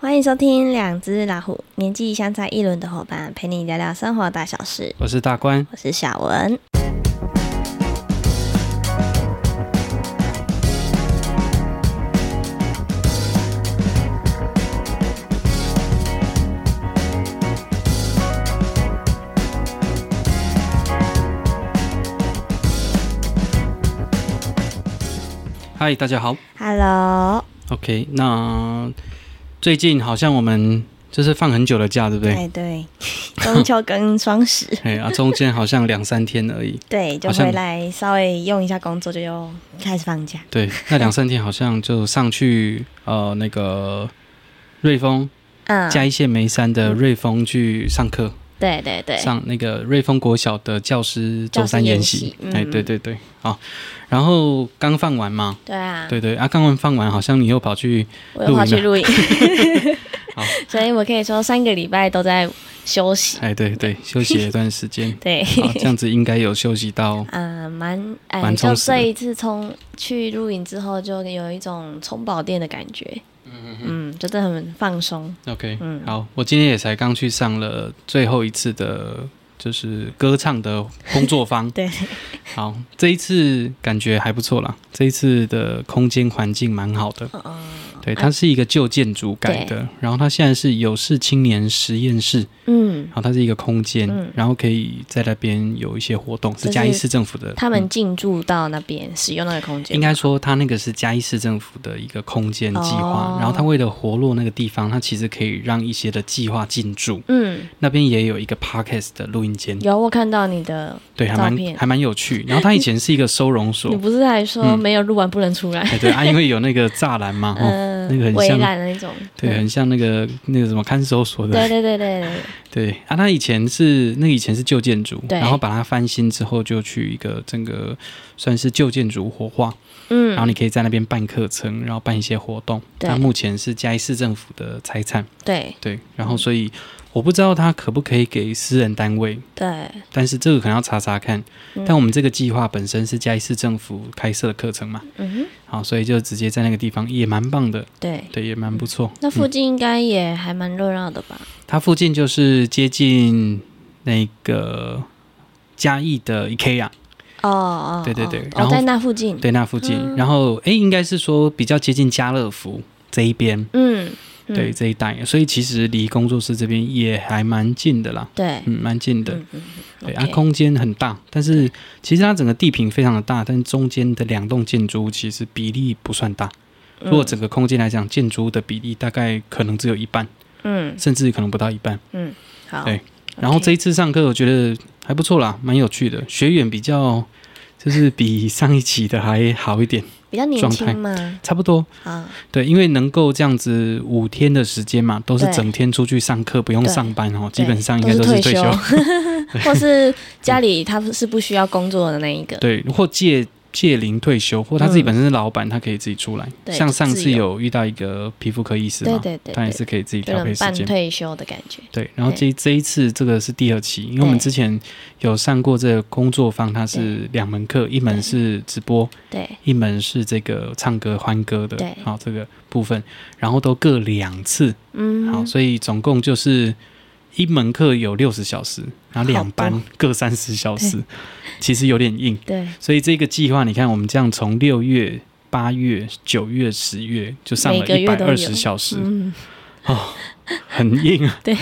欢迎收听《两只老虎》，年纪相差一轮的伙伴陪你聊聊生活大小事。我是大官，我是小文。嗨，大家好。 Hello， OK，那最近好像我们就是放很久的假，对不对？哎对， 中秋跟双十，哎啊，中间好像两三天而已。 对，就好像回来稍微用一下工作，就又开始放假。对，那两三天好像就上去呃那个瑞丰嗯，嘉义县梅山的瑞丰去上课，对对对，上那个瑞丰国小的教师周三研教习师研。习哎、嗯对对对，好。然后刚放完嘛，对啊，对对啊，刚完放完，好像你又跑去我又跑去录影 好，所以我可以说三个礼拜都在休息。。哎、对对，休息了一段时间对，好，这样子应该有休息到啊，蛮哎，蛮就充实的这一次冲去露营之后，就有一种充饱电的感觉。嗯嗯，就真的很放松。 OK，嗯。好，我今天也才刚去上了最后一次的，就是歌唱的工作坊 对，好，这一次感觉还不错啦，这一次的空间环境蛮好嗯的。对，它是一个旧建筑改的，然后它现在是有事青年实验室，嗯然，后它是一个空间，嗯然后可以在那边有一些活动，就是是嘉义市政府的。他嗯们进驻到那边使用那个空间，应该说，它那个是嘉义市政府的一个空间计划，哦然后它为了活络那个地方，它其实可以让一些的计划进驻。嗯，那边也有一个 podcast 的录音间，有我看到你的，对，还照片蛮还蛮有趣。然后它以前是一个收容你 所，不是还说嗯没有录完不能出来？哎，对啊，因为有那个栅栏嘛，哦，嗯，那个很像围栏的那种，对，嗯很像那个那个什么看守所对的，对对对对，对啊，它以前是那个以前是旧建筑，对然后把它翻新之后，就去一个整个算是旧建筑活化，然后嗯，你可以在那边办课程，然后办一些活动。对它目前是嘉义市政府的财产，对对，然嗯后所以我不知道它可不可以给私人单位，对，但是这个可能要查查看嗯。但我们这个计划本身是嘉义市政府开设的课程嘛，嗯哼，好，所以就直接在那个地方也蛮棒的，对。对，也蛮不错。那附嗯近应该也还蛮热闹的吧？它附近就是接近那个嘉义的 IKEA，哦哦，对对对哦然哦，后在那附近，对，那附近。嗯然后诶，应该是说比较接近家乐福这一边，嗯，嗯对这一带，所以其实离工作室这边也还蛮近的啦，对，嗯，蛮近的。嗯嗯，对 OK 啊，空间很大，但是其实它整个地坪非常的大，但是中间的两栋建筑物其实比例不算大。嗯如果整个空间来讲，建筑物的比例大概可能只有一半，嗯甚至可能不到一半。嗯好，对然后这一次上课，我觉得还不错啦，蛮有趣的。学员比较就是比上一期的还好一点，比较年状态轻嘛，差不多。啊，对，因为能够这样子五天的时间嘛，都是对整天出去上课，不用对上班哦，对基本上应该都都是是退退休。 或是家里他是不需要工作的那一个，对，或借借龄退休，或他自己本身是老板，他可以自己出来。对像上自次由有遇到一个皮肤科医师对嘛，对对他也对，是可以自己就调配能时半间。退休的感觉，对，然后这这一次这个是第二期，因为我们对之前有上过这个工作坊，它是两门课，一门是直播，对一门是这个唱歌欢歌的对，好这个部分，然后都各两次，嗯，好，所以总共就是一门课有六十小时，然后好两多班各三十小时，其实有点硬，对所以这个计划，你看我们这样从六月、八月、九月、十月就上每了个一月百都有二十小时，嗯很硬啊。 对，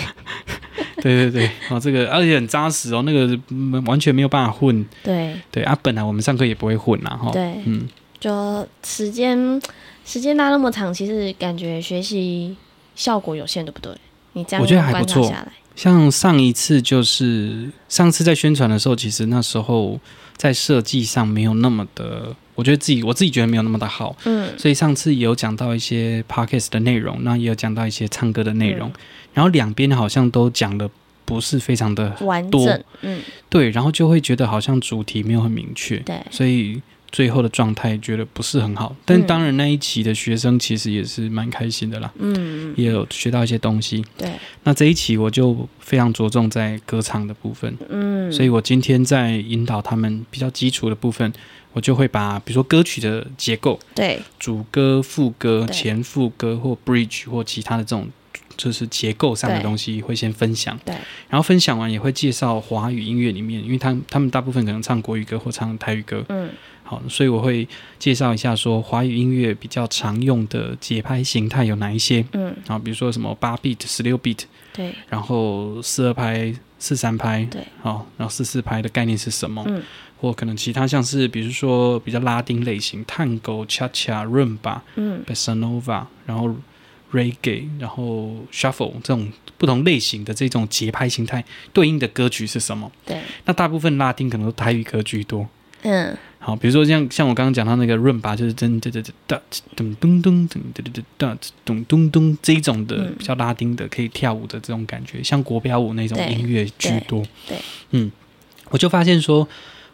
对对对，哦，这个而且很扎实哦，那个嗯完全没有办法混。对对啊，本来我们上课也不会混啦，哈、对，嗯，就时间时间拉那么长，其实感觉学习效果有限，对不对？你这样我觉得还不观察错下来，像上一次就是上次在宣传的时候，其实那时候在设计上没有那么的，我觉得自己我自己觉得没有那么的好，嗯，所以上次也有讲到一些 podcast 的内容，那也有讲到一些唱歌的内嗯容，然后两边好像都讲的不是非常的完多整，嗯，对，然后就会觉得好像主题没有很明确，对所以最后的状态觉得不是很好。但当然那一期的学生其实也是蛮开心的啦，嗯，也有学到一些东西。对，那这一期我就非常着重在歌唱的部分，嗯，所以我今天在引导他们比较基础的部分，我就会把比如说歌曲的结构，对，主歌、副歌、对前副歌或 bridge 或其他的这种。就是结构上的东西会先分享，对，然后分享完也会介绍华语音乐里面，因为他们他们大部分可能唱国语歌或唱台语歌，嗯，好，所以我会介绍一下说华语音乐比较常用的节拍形态有哪一些，嗯，然后比如说什么八 beat、十六 beat，对，然后四二拍、四三拍，对，好，然后四四拍的概念是什么？嗯，或可能其他像是比如说比较拉丁类型，探戈、恰恰、润吧、嗯， b e s a nova，然后 reggae，然后 shuffle 这种不同类型的这种节拍形态对应的歌曲是什么？对，那大部分拉丁可能都台语歌居多。嗯，好，比如说像像我刚刚讲到那个润吧，就是噔噔噔噔哒噔咚咚噔噔噔哒咚咚咚这一种的嗯比较拉丁的可以跳舞的这种感觉，像国标舞那种对音乐居多。对对嗯，我就发现说，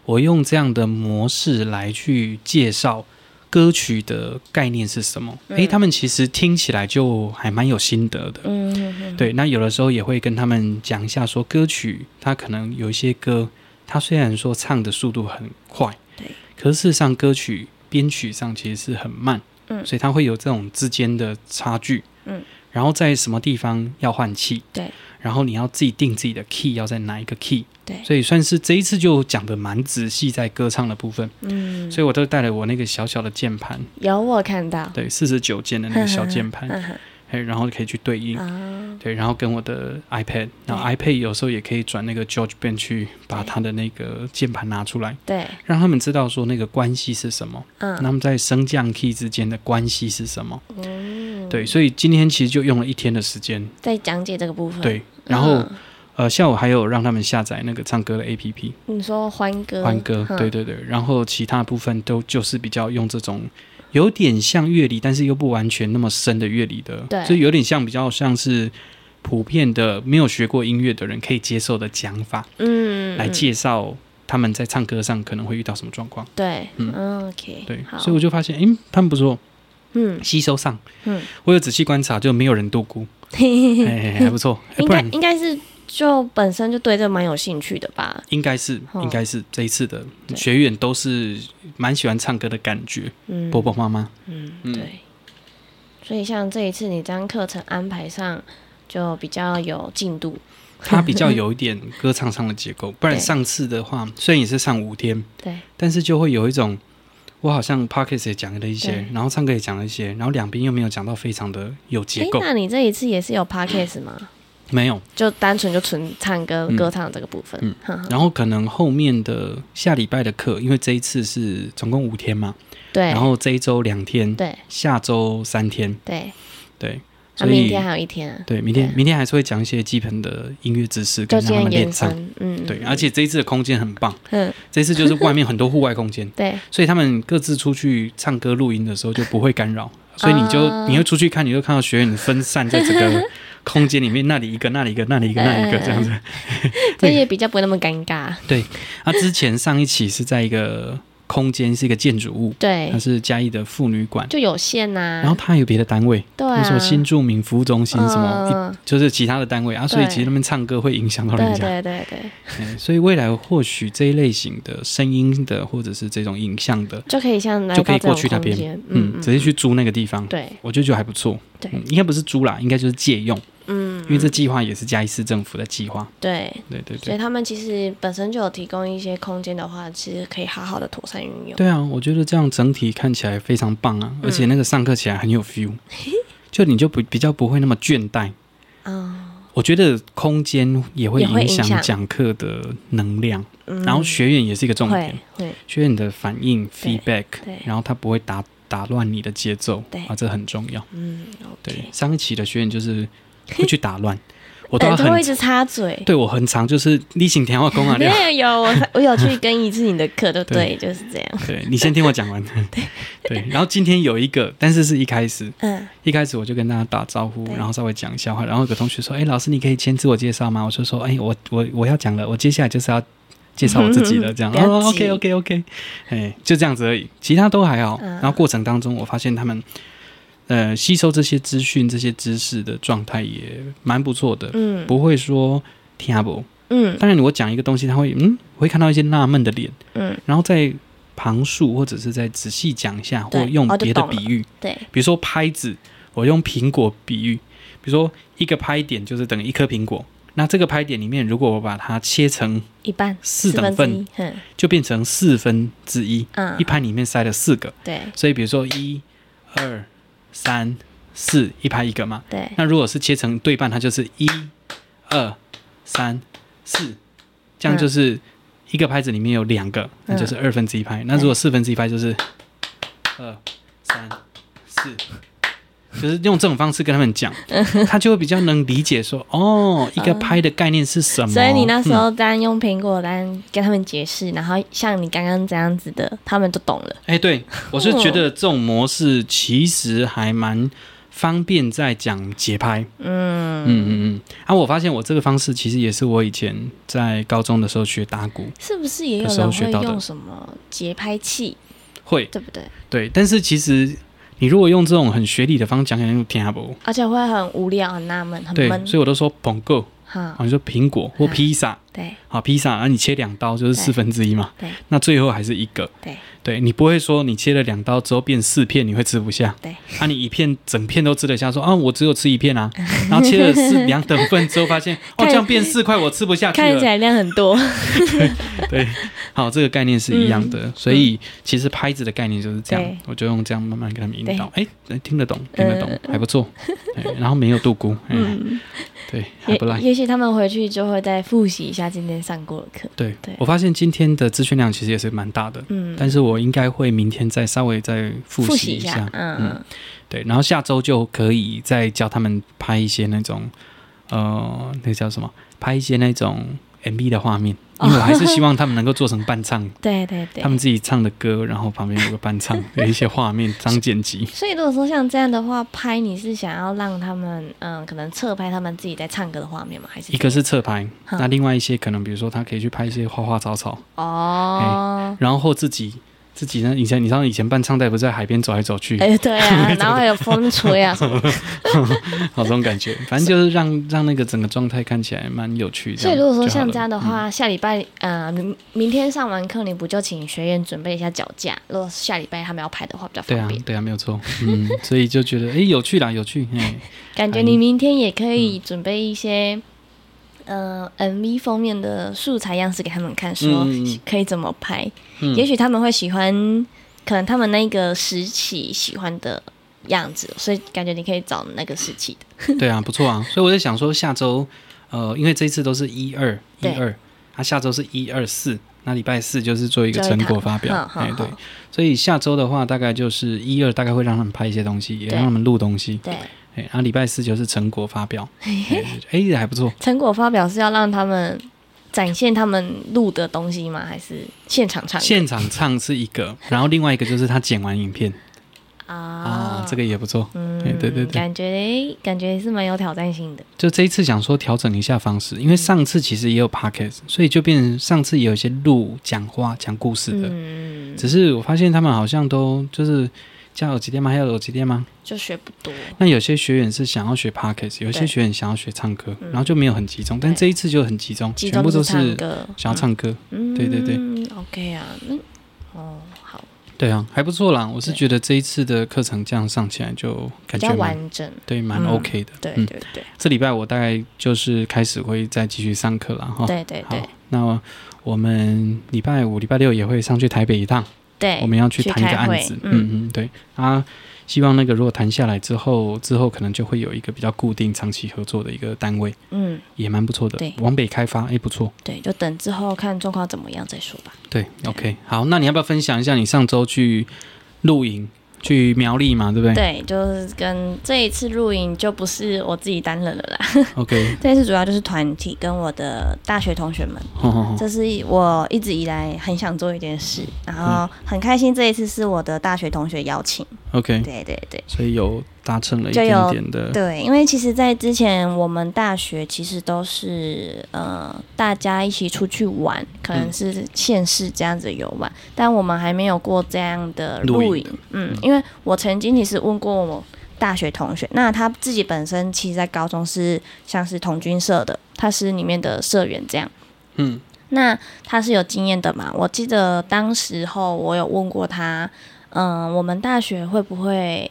我用这样的模式来去介绍歌曲的概念是什么，嗯诶，他们其实听起来就还蛮有心得的。嗯，嗯，对，那有的时候也会跟他们讲一下，说歌曲它可能有一些歌，它虽然说唱的速度很快，对，可是事实上歌曲编曲上其实是很慢，嗯所以它会有这种之间的差距，嗯，然后在什么地方要换气，对，然后你要自己定自己的 key 要在哪一个 key，对所以算是这一次就讲的蛮仔细在歌唱的部分，嗯，所以我都带了我那个小小的键盘，有我看到，对，四十九键的那个小键盘， 嗯哼嘿，然后可以去对应。啊，对，然后跟我的 iPad，然后 iPad 有时候也可以转那个 George Ben 去把他的那个键盘拿出来，对，让他们知道说那个关系是什么，那嗯，他们在升降 key 之间的关系是什么。嗯，对，所以今天其实就用了一天的时间。在讲解这个部分，对，然后、嗯呃下午还有让他们下载那个唱歌的 APP 你说欢歌，欢歌，嗯对，对对，然后其他部分都就是比较用这种。有点像乐理，但是又不完全那么深的乐理的，对就有点像比较像是普遍的没有学过音乐的人可以接受的讲法。嗯，来嗯，介绍他们在唱歌上可能会遇到什么状况。对，嗯嗯，OK，对，好，所以我就发现，诶，他们不错，嗯吸收上，嗯，我有仔细观察，就没有人 度孤，哎，还不错，哎应不该然应该是就本身就对这蛮有兴趣的吧，应该是哦应该是这一次的对学员都是蛮喜欢唱歌的感觉，嗯，婆婆妈妈，嗯，嗯对。所以像这一次你这样课程安排上就比较有进度，她比较有一点歌唱上的结构，不然对上次的话，虽然也是上五天，对，但是就会有一种。我好像 p o c k e t 也讲了一些对，然后唱歌也讲了一些，然后两边又没有讲到非常的有结诶，构，那你这一次也是有 podcast 吗？没有，就单纯就纯唱歌、嗯歌唱这个部分，嗯哈哈然后可能后面的下礼拜的课，因为这一次是总共五天嘛，对，然后这一周两天，对下周三天，对，对，那所明以天还有一天啊，对明天对明天还是会讲一些基本的音乐知识，就跟今让天他们练延唱。伸，嗯，对，嗯而且这一次的空间很棒，嗯，，这一次就是外面很多户外空间 对，所以他们各自出去唱歌录音的时候就不会干扰，所以你就、啊你会出去看，你就看到学员分散在这个 空间里面，那里一个，那里一个，那里一个，那里一哎个这样子。这也比较不会那么尴尬，啊，之前上一期是在一个空间，是一个建筑物，对它，是嘉义的妇女馆，就有限呐，然后它还有别的单位，对有啊，什么新住民服务中心什么，一嗯，就是其他的单位啊，所以其实对那边唱歌会影响到人对对家，对对，嗯所以未来或许这一类型的声音的或者是这种影像的，就可以像来就可以到这过种去那空边间，嗯，嗯直接去租那个地方，对，我就觉得还不错，对嗯应该不是租啦，应该就是借用，嗯，因为这计划也是嘉义市政府的计划，对，对对所对以，他们其实本身就有提供一些空间的话，其实可以好好的妥善运用。对啊，我觉得这样整体看起来非常棒嗯啊，而且那个上课起来很有 feel，就你就不比较不会那么倦怠。啊，我觉得空间也会也会影影响响讲课的能量，嗯然后学员也是一个重点会，会学员的反应 feedback，对然后他不会打打乱你的节奏对，啊，这很重要。嗯对 OK，上一期的学员就是会去打乱，我都要但他会很一直插嘴。对我很常就是例行田话公啊，对，有我 我有去跟一次你的课，对不对对？就是这样。对你先听我讲 完， 对，然后今天有一个，但是是一开始，嗯，一开始我就跟大家打招呼，对然后稍微讲一下话，然后有个同学说：“哎，老师，你可以先自我介绍吗？”我就说：“哎，我我我要讲了，我接下来就是要介绍我自己了，这样不要哦急，OK OK OK，哎，就这样子而已，其他都还好。嗯然后过程当中，我发现他们呃吸收这些资讯、这些知识的状态也蛮不错的，嗯不会说听不。嗯当然，我讲一个东西，他会嗯，我会看到一些纳闷的脸，嗯，然后再旁述或者是再仔细讲一下，或对用哦就别的懂了比喻，对，比如说拍子，我用苹果比喻，比如说一个拍点就是等于一颗苹果。那这个拍点里面，如果我把它切成，一半四分等份之一，嗯就变成四分之一，啊一，拍里面塞了四个，对所以比如说一、二、三、四，一拍一个嘛。对，那如果是切成对半，它就是一、二、三、四，这嗯样就是一个拍子里面有两个，那就是二分之一拍。那如果四分之一拍就是二、三、四。就是用这种方式跟他们 讲，他就会比较能理解说，哦，一个拍的概念是什么。哦所以你那时嗯候单用苹果单跟他们解释，然后像你刚刚这样子的，他们都懂了。哎，对，我是觉哦得这种模式其实还蛮方便在讲节拍。嗯嗯嗯嗯。啊，我发现我这个方式其实也是我以前在高中的时候学打鼓是不是也有那时候人学会到的用什么节拍器，会，对不对？对，但是其实你如果用这种很学理的方讲，可能听不。而且会很无聊、很纳闷、很对，闷。所以我都说捧够，哈啊，，你说苹果或嗯披萨，对好，披萨，啊，你切两刀就是四分之一嘛，对那最后还是一个，对对你不会说你切了两刀之后变四片，你会吃不下。对，啊，你一片整片都吃得下，说 啊，我只有吃一片啊，然后切了四两等份之后，发现哦，看这样变四块，我吃不下去看起了。来量很多。对，好，这个概念是一样的，所以其实拍子的概念就是这样嗯对，我就用这样慢慢给他们引导，哎，哎听得懂，听得呃懂，还 不错，哎然后没有度孤，嗯，对，还也不赖。也许他们回去就会再复习一下今天上过的课。对对，我发现今天的资讯量其实也是蛮大的，嗯，但是我应该会明天再稍微再复复习习一下下，，嗯，对，然后下周就可以再教他们拍一些那种，呃，那个叫什么？拍一些那种 MV 的画面，因为我还哦是希望他们能够做成伴唱，对对对他。们自己唱的歌，然后旁边有个 伴唱的一些画面当剪辑。所以如果说像这样的话，拍你是想要让他们，嗯，可能侧拍他们自己在唱歌的画面吗？还是一个是侧拍，好那另外一些可能，比如说他可以去拍一些花花草草，哦，然后自己自己呢，以前你知道以前伴唱带不是在海边走来走去，哎、对 啊，然后还有风吹啊什么的好这种 感觉，反正就是让让那个整个状态看起来蛮有趣。这所样以如果说就好像了嗯这样的话，下礼拜呃明明天上完课，你不就请学员准备一下脚架？如果下礼拜他们要拍的话，比较对方啊便。，对啊，没有错，嗯，所以就觉得哎、有趣啦，有趣， 哎，感觉你明天也可以准备一些。呃，MV 封面的素材样式给他们看，说嗯嗯嗯可以怎么拍，嗯也许他们会喜欢，可能他们那个时期喜欢的样子，所以感觉你可以找那个时期的。 对啊，不错啊，所以我在想说下周，呃，因为这一次都是一二一对二，啊，下周是一二四，那礼拜四就是做一个做一成堂果发表好，好哎，对好，所以下周的话大概就是一二，大概会让他们拍一些东西，也对让他们录东西，对，哎，然后礼拜四就是成果发 表，哎，哎也还不错，成果发表是要让他们展现他们录的东西吗？还是现场唱歌？现场唱是一个，然后另外一个就是他剪完影片啊啊，这个也不错，嗯哎，对对对。感觉感觉是蛮有挑战性的。就这一次想说调整一下方式，因嗯为上次其实也有 podcast，所以就变成上次也有一些录讲话、讲故事的，嗯，只是我发现他们好像都就是叫耳机店吗？还有耳机店吗？就学不多。那有些学员是想要学 podcast，有些对学员想要学唱歌，嗯然后就没有很集中，但对这一次就很集中，集全中部就都是唱是歌，想要唱歌。嗯，对对对嗯，OK 啊，嗯，哦，好，对啊，还不错啦，我是对觉得这一次的课程这样上起来就比感较觉蛮完整，对蛮嗯 OK 的。对嗯对对这礼拜我大概就是开始会再继续上课了哈。对对哦好对，那我们礼拜五、礼拜六也会上去台北一趟，对，我们要去谈一个哎去开会案子。嗯嗯嗯，对啊，希望那个如果谈下来之后，之后可能就会有一个比较固定、长期合作的一个单位，嗯，也蛮不错的对。往北开发，哎，不错。对，就等之后看状况怎么样再说吧。对，OK，好，那你要不要分享一下你上周去露营？去苗栗嘛，对不对对，就是跟这一次露营就不是我自己单人了啦， o k 这一次主要就是团体跟我的大学同学们。好好好，这是我一直以来很想做一件事，然后很开心这一次是我的大学同学邀请， OK，对对对。所以有达成了一就点有点的，对，因为其实，在之前我们大学其实都是呃，大家一起出去玩，可能嗯是县市这样子游玩，但我们还没有过这样的露露营营。嗯，因为我曾经其实问过我大学同学，那他自己本身其实，在高中是像是童军社的，他是里面的社员这样。嗯那他是有经验的嘛？我记得当时候我有问过他，嗯，我们大学会不会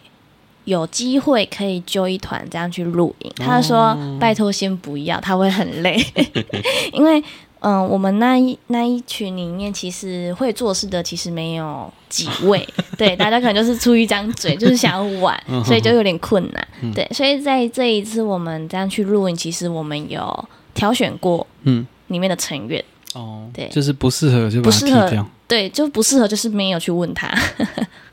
有机会可以揪一团这样去露哦营？他说、拜托先不要，他会很累， 因为嗯，我们那一那一群里面其实会做事的其实没有几 位，对，大家可能就是出一张嘴，就是想要玩嗯，所以就有点困难，对，所以在这一次我们这样去露营，其实我们有挑选过嗯，里面的成员。哦，对就是不适合就把不它适踢合掉。对，就不适合，就是没有去问他。哦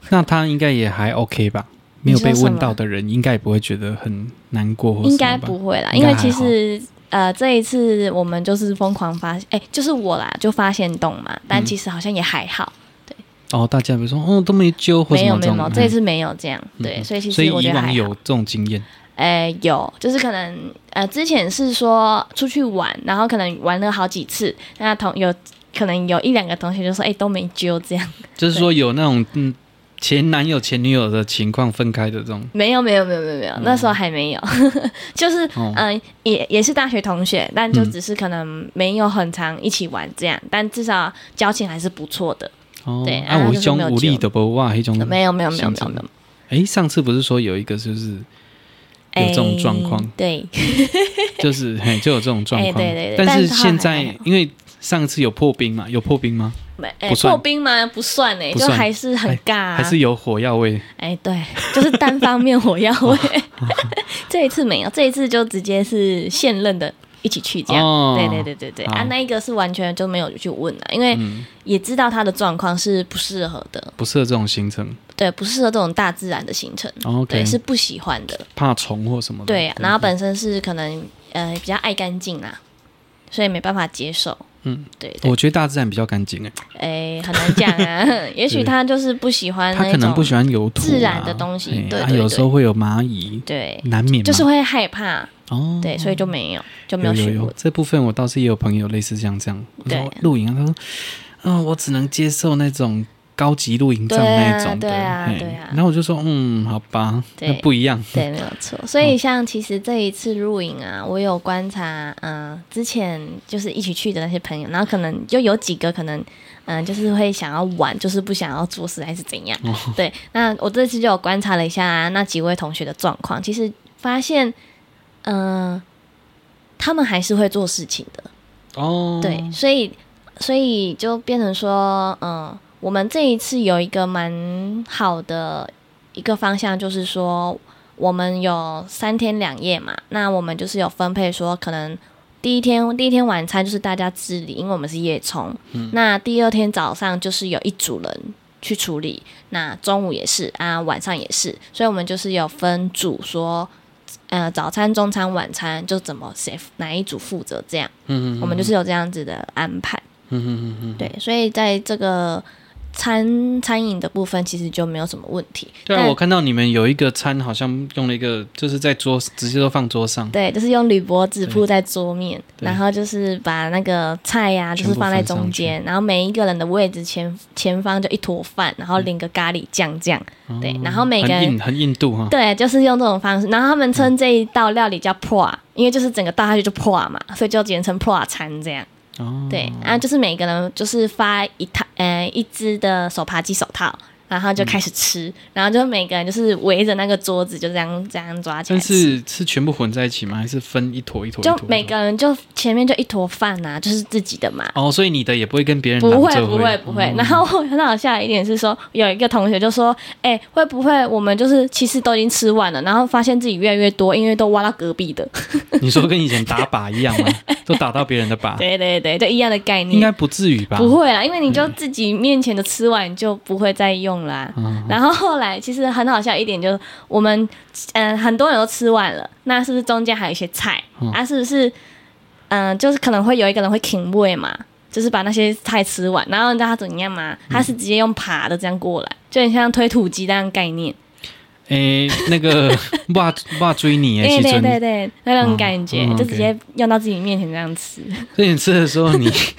那他应该也还 OK 吧？你没有说被什问么到的人，应该也不会觉得很难过或什么吧应该不会啦，应因该为还其实呃这一次我们就是疯狂发，哎、就是我啦，就发现洞嘛，但嗯其实好像也还好，哦。大家比如说哦都没揪或什没有么没种有，嗯这一次没有这样，嗯对，嗯所以其所以实我觉以得还往有好。这种经验，哎、有，就是可能呃之前是说出去玩，然后可能玩了好几次，那同有可能有一两个同学就说，哎、都没揪这样。 就是说有那种嗯前男友前女友的情况分开的这种没有没有没有没有没有，那嗯时候还没有， 就是哦嗯、呃也也是大学同学，但就嗯只是可能没有很常一起玩这样，但至少交情还是不错的。哦。对啊，啊我就是种没有无力揪的不哇，一种没有没有没有像没这有种没有，哎，上次不是说有一个就是 有这种状况哎 对，就是嘿就有这种状哎况，对对对但但是是后现来在还好因为上次有破冰嘛，有破冰吗？没哎不算破冰吗？不算哎，不就算还是很尬啊，还是有火药味？哎对，就是单方面火 药哦味。 这一次没有，这一次就直接是现任的一起去这样。哦对对对对对啊好，嗯那一个是完全就没有去问啊了，因为也知道他的状况是不适合的。不适合这种行程。对，不适合这种大自然的行程，哦 OK，对，是不喜欢的，怕虫或什么的。对啊。然后本身是可能呃比较爱干净啦，所以没办法接受，嗯，对对，我觉得大自然比较干净哎，哎，很难讲 啊。也许他就是不喜欢它可那能不种，喜欢有土啊自然的东西哎对啊对有对时候会有蚂蚁，对，难免嘛就是会害怕，哦，对，所以就没有就没有有询有问，这部分，我倒是也有朋友类似像这样，我对说露营啊，他说啊、我只能接受那种高级露营帐对啊那种的，对啊嘿对啊然后我就说嗯，好吧，对那不一样，对，没有错。所以像其实这一次露营啊，我有观察，嗯、之前就是一起去的那些朋友，然后可能就有几个可能，嗯、就是会想要玩，就是不想要做事还是怎样。 对，那我这次就有观察了一下啊那几位同学的状况，其实发现，嗯、他们还是会做事情的。哦，对，所以所以就变成说，嗯，我们这一次有一个蛮好的一个方向，就是说我们有三天两夜嘛，那我们就是有分配说，可能第一天第一天晚餐就是大家自理，因为我们是夜冲，那第二天早上就是有一组人。去处理，那中午也是啊，晚上也是，所以我们就是有分组说，呃，早餐、中餐、晚餐就怎么谁哪一组负责这样。嗯，嗯嗯我们就是有这样子的安排。嗯嗯嗯嗯，对，所以在这个餐餐饮的部分，其实就没有什么问题。对啊，但我看到你们有一个餐好像用了一个，就是在桌直接都放桌上，对，就是用铝箔纸铺在桌面，对然后就是把那个菜呀、就全是部放在分上中间，然后每一个人的位置前前方就一坨饭，然后嗯淋个咖喱酱这样。对，然后每个哦很人印很印度哈，对，就是用这种方式。然后他们嗯称这一道料理叫 pra，因为就是整个倒下去就 pra 嘛，所以就简称 pra 餐这样。哦，对，啊，就是每个人就是发一套，呃，一只的手扒鸡手套，然后嗯就开始吃，然后就每个人就是围着那个桌子就这样这样抓起来但吃。是是全部混在一起吗？还是分一坨一坨？一就坨每一坨个人就前面就一坨饭呐、就是自己的嘛，哦，所以你的也不嗯会嗯跟别人不拦会着不会不会。然后很好笑的一点是说，有一个同学就说：“哎、会不会我们就是其实都已经吃完了，然后发现自己越来越多，因为都挖到隔壁的。，你说跟以前打靶一样吗？都打到别人的靶对对对，就一样的概念。啊应该不至于吧？不会啦，因为你就自己面前的吃完，你就不会再用啦。嗯然后后来其实很好笑一点，就是我们嗯、呃很多人都吃完了，那是不是中间还有一些菜、嗯啊？是不是嗯、呃就是可能会有一个人会停位嘛，就是把那些菜吃嗯完，然后你知道他怎样吗？他是直接用爬的这样过来，就很像推土机那样概念。诶、那个哇哇追你诶，哎对其对对实对，那种感觉、嗯嗯就直接用到自己面前这样吃。所以你吃的时候，你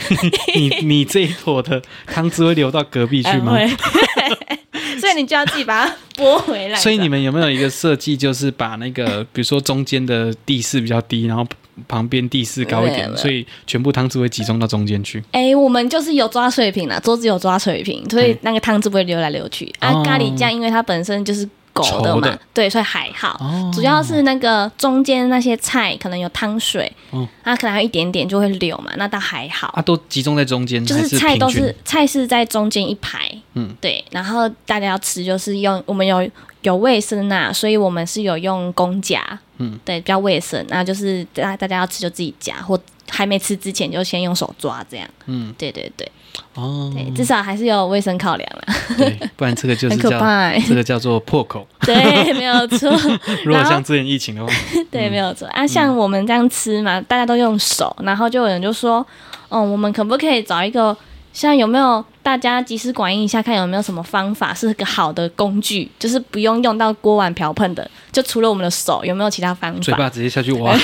你你这一坨的汤汁会流到隔壁去嗯吗？会呃 所以你就要自己把它拨回来。 所以你们有没有一个设计，就是把那个比如说中间的地势比较低，然后旁边地势高一没有没点，有所以全部汤汁会集中到中间去？哎、我们就是有抓水平啦，桌子有抓水平，所以嗯那个汤汁不会流来流去。哦啊，咖喱酱因为它本身就是狗的稠嘛，的对，所以还好。哦主要是那个中间那些菜可能有汤水，哦它可能还有一点点就会流嘛，那倒还好。啊，都集中在中间，就还是是菜平都均是菜是在中间一排，嗯嗯，对，然后大家要吃就是用我们有有卫生啊，所以我们是有用公夹，嗯嗯，对，比较卫生，那就是大大家要吃就自己夹，或还没吃之前就先用手抓这样，嗯嗯，对对对哦，对，至少还是有卫生考量 啦，对，不然这个就是很可叫怕、欸，这个叫做 破口。对，没有错， 如果然后像之嗯前疫情的话，对，没有错啊，像我们这样吃嘛，大家都用手，然后就有人就说，嗯，我们可不可以找一个，像有没有大家集思广益一下，看有没有什么方法是个好的工具，就是不用用到锅碗瓢盆的，就除了我们的手，有没有其他方嘴法？巴直接下去 挖，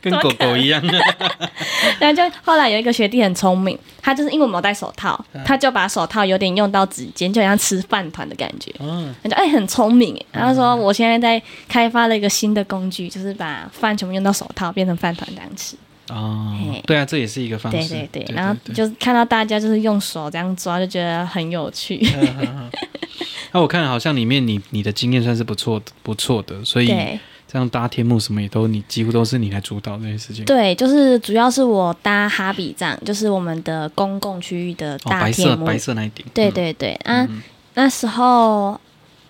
跟狗狗一样。然后就后来有一个学弟很聪明，他就是因为我们有戴手套，嗯他就把手套有点用到指尖，就好像吃饭团的感觉。嗯，他就哎、很聪明耶，然后说我现在在开发了一个新的工具，就是把饭全部用到手套变成饭团这样吃。哦嘿，对啊，这也是一个方对式。对对对，，然后对就是看到大家就是用手这样抓，就觉得很有趣。嗯那我看好像里面你你的经验算是不错的，不错的，所以 对这样搭天幕什么也都你几乎都是你来主导这些事情。对，就是主要是我搭哈比帐，就是我们的公共区域的哦，大白色天幕。白色那一顶。对嗯，对对，啊，那时候，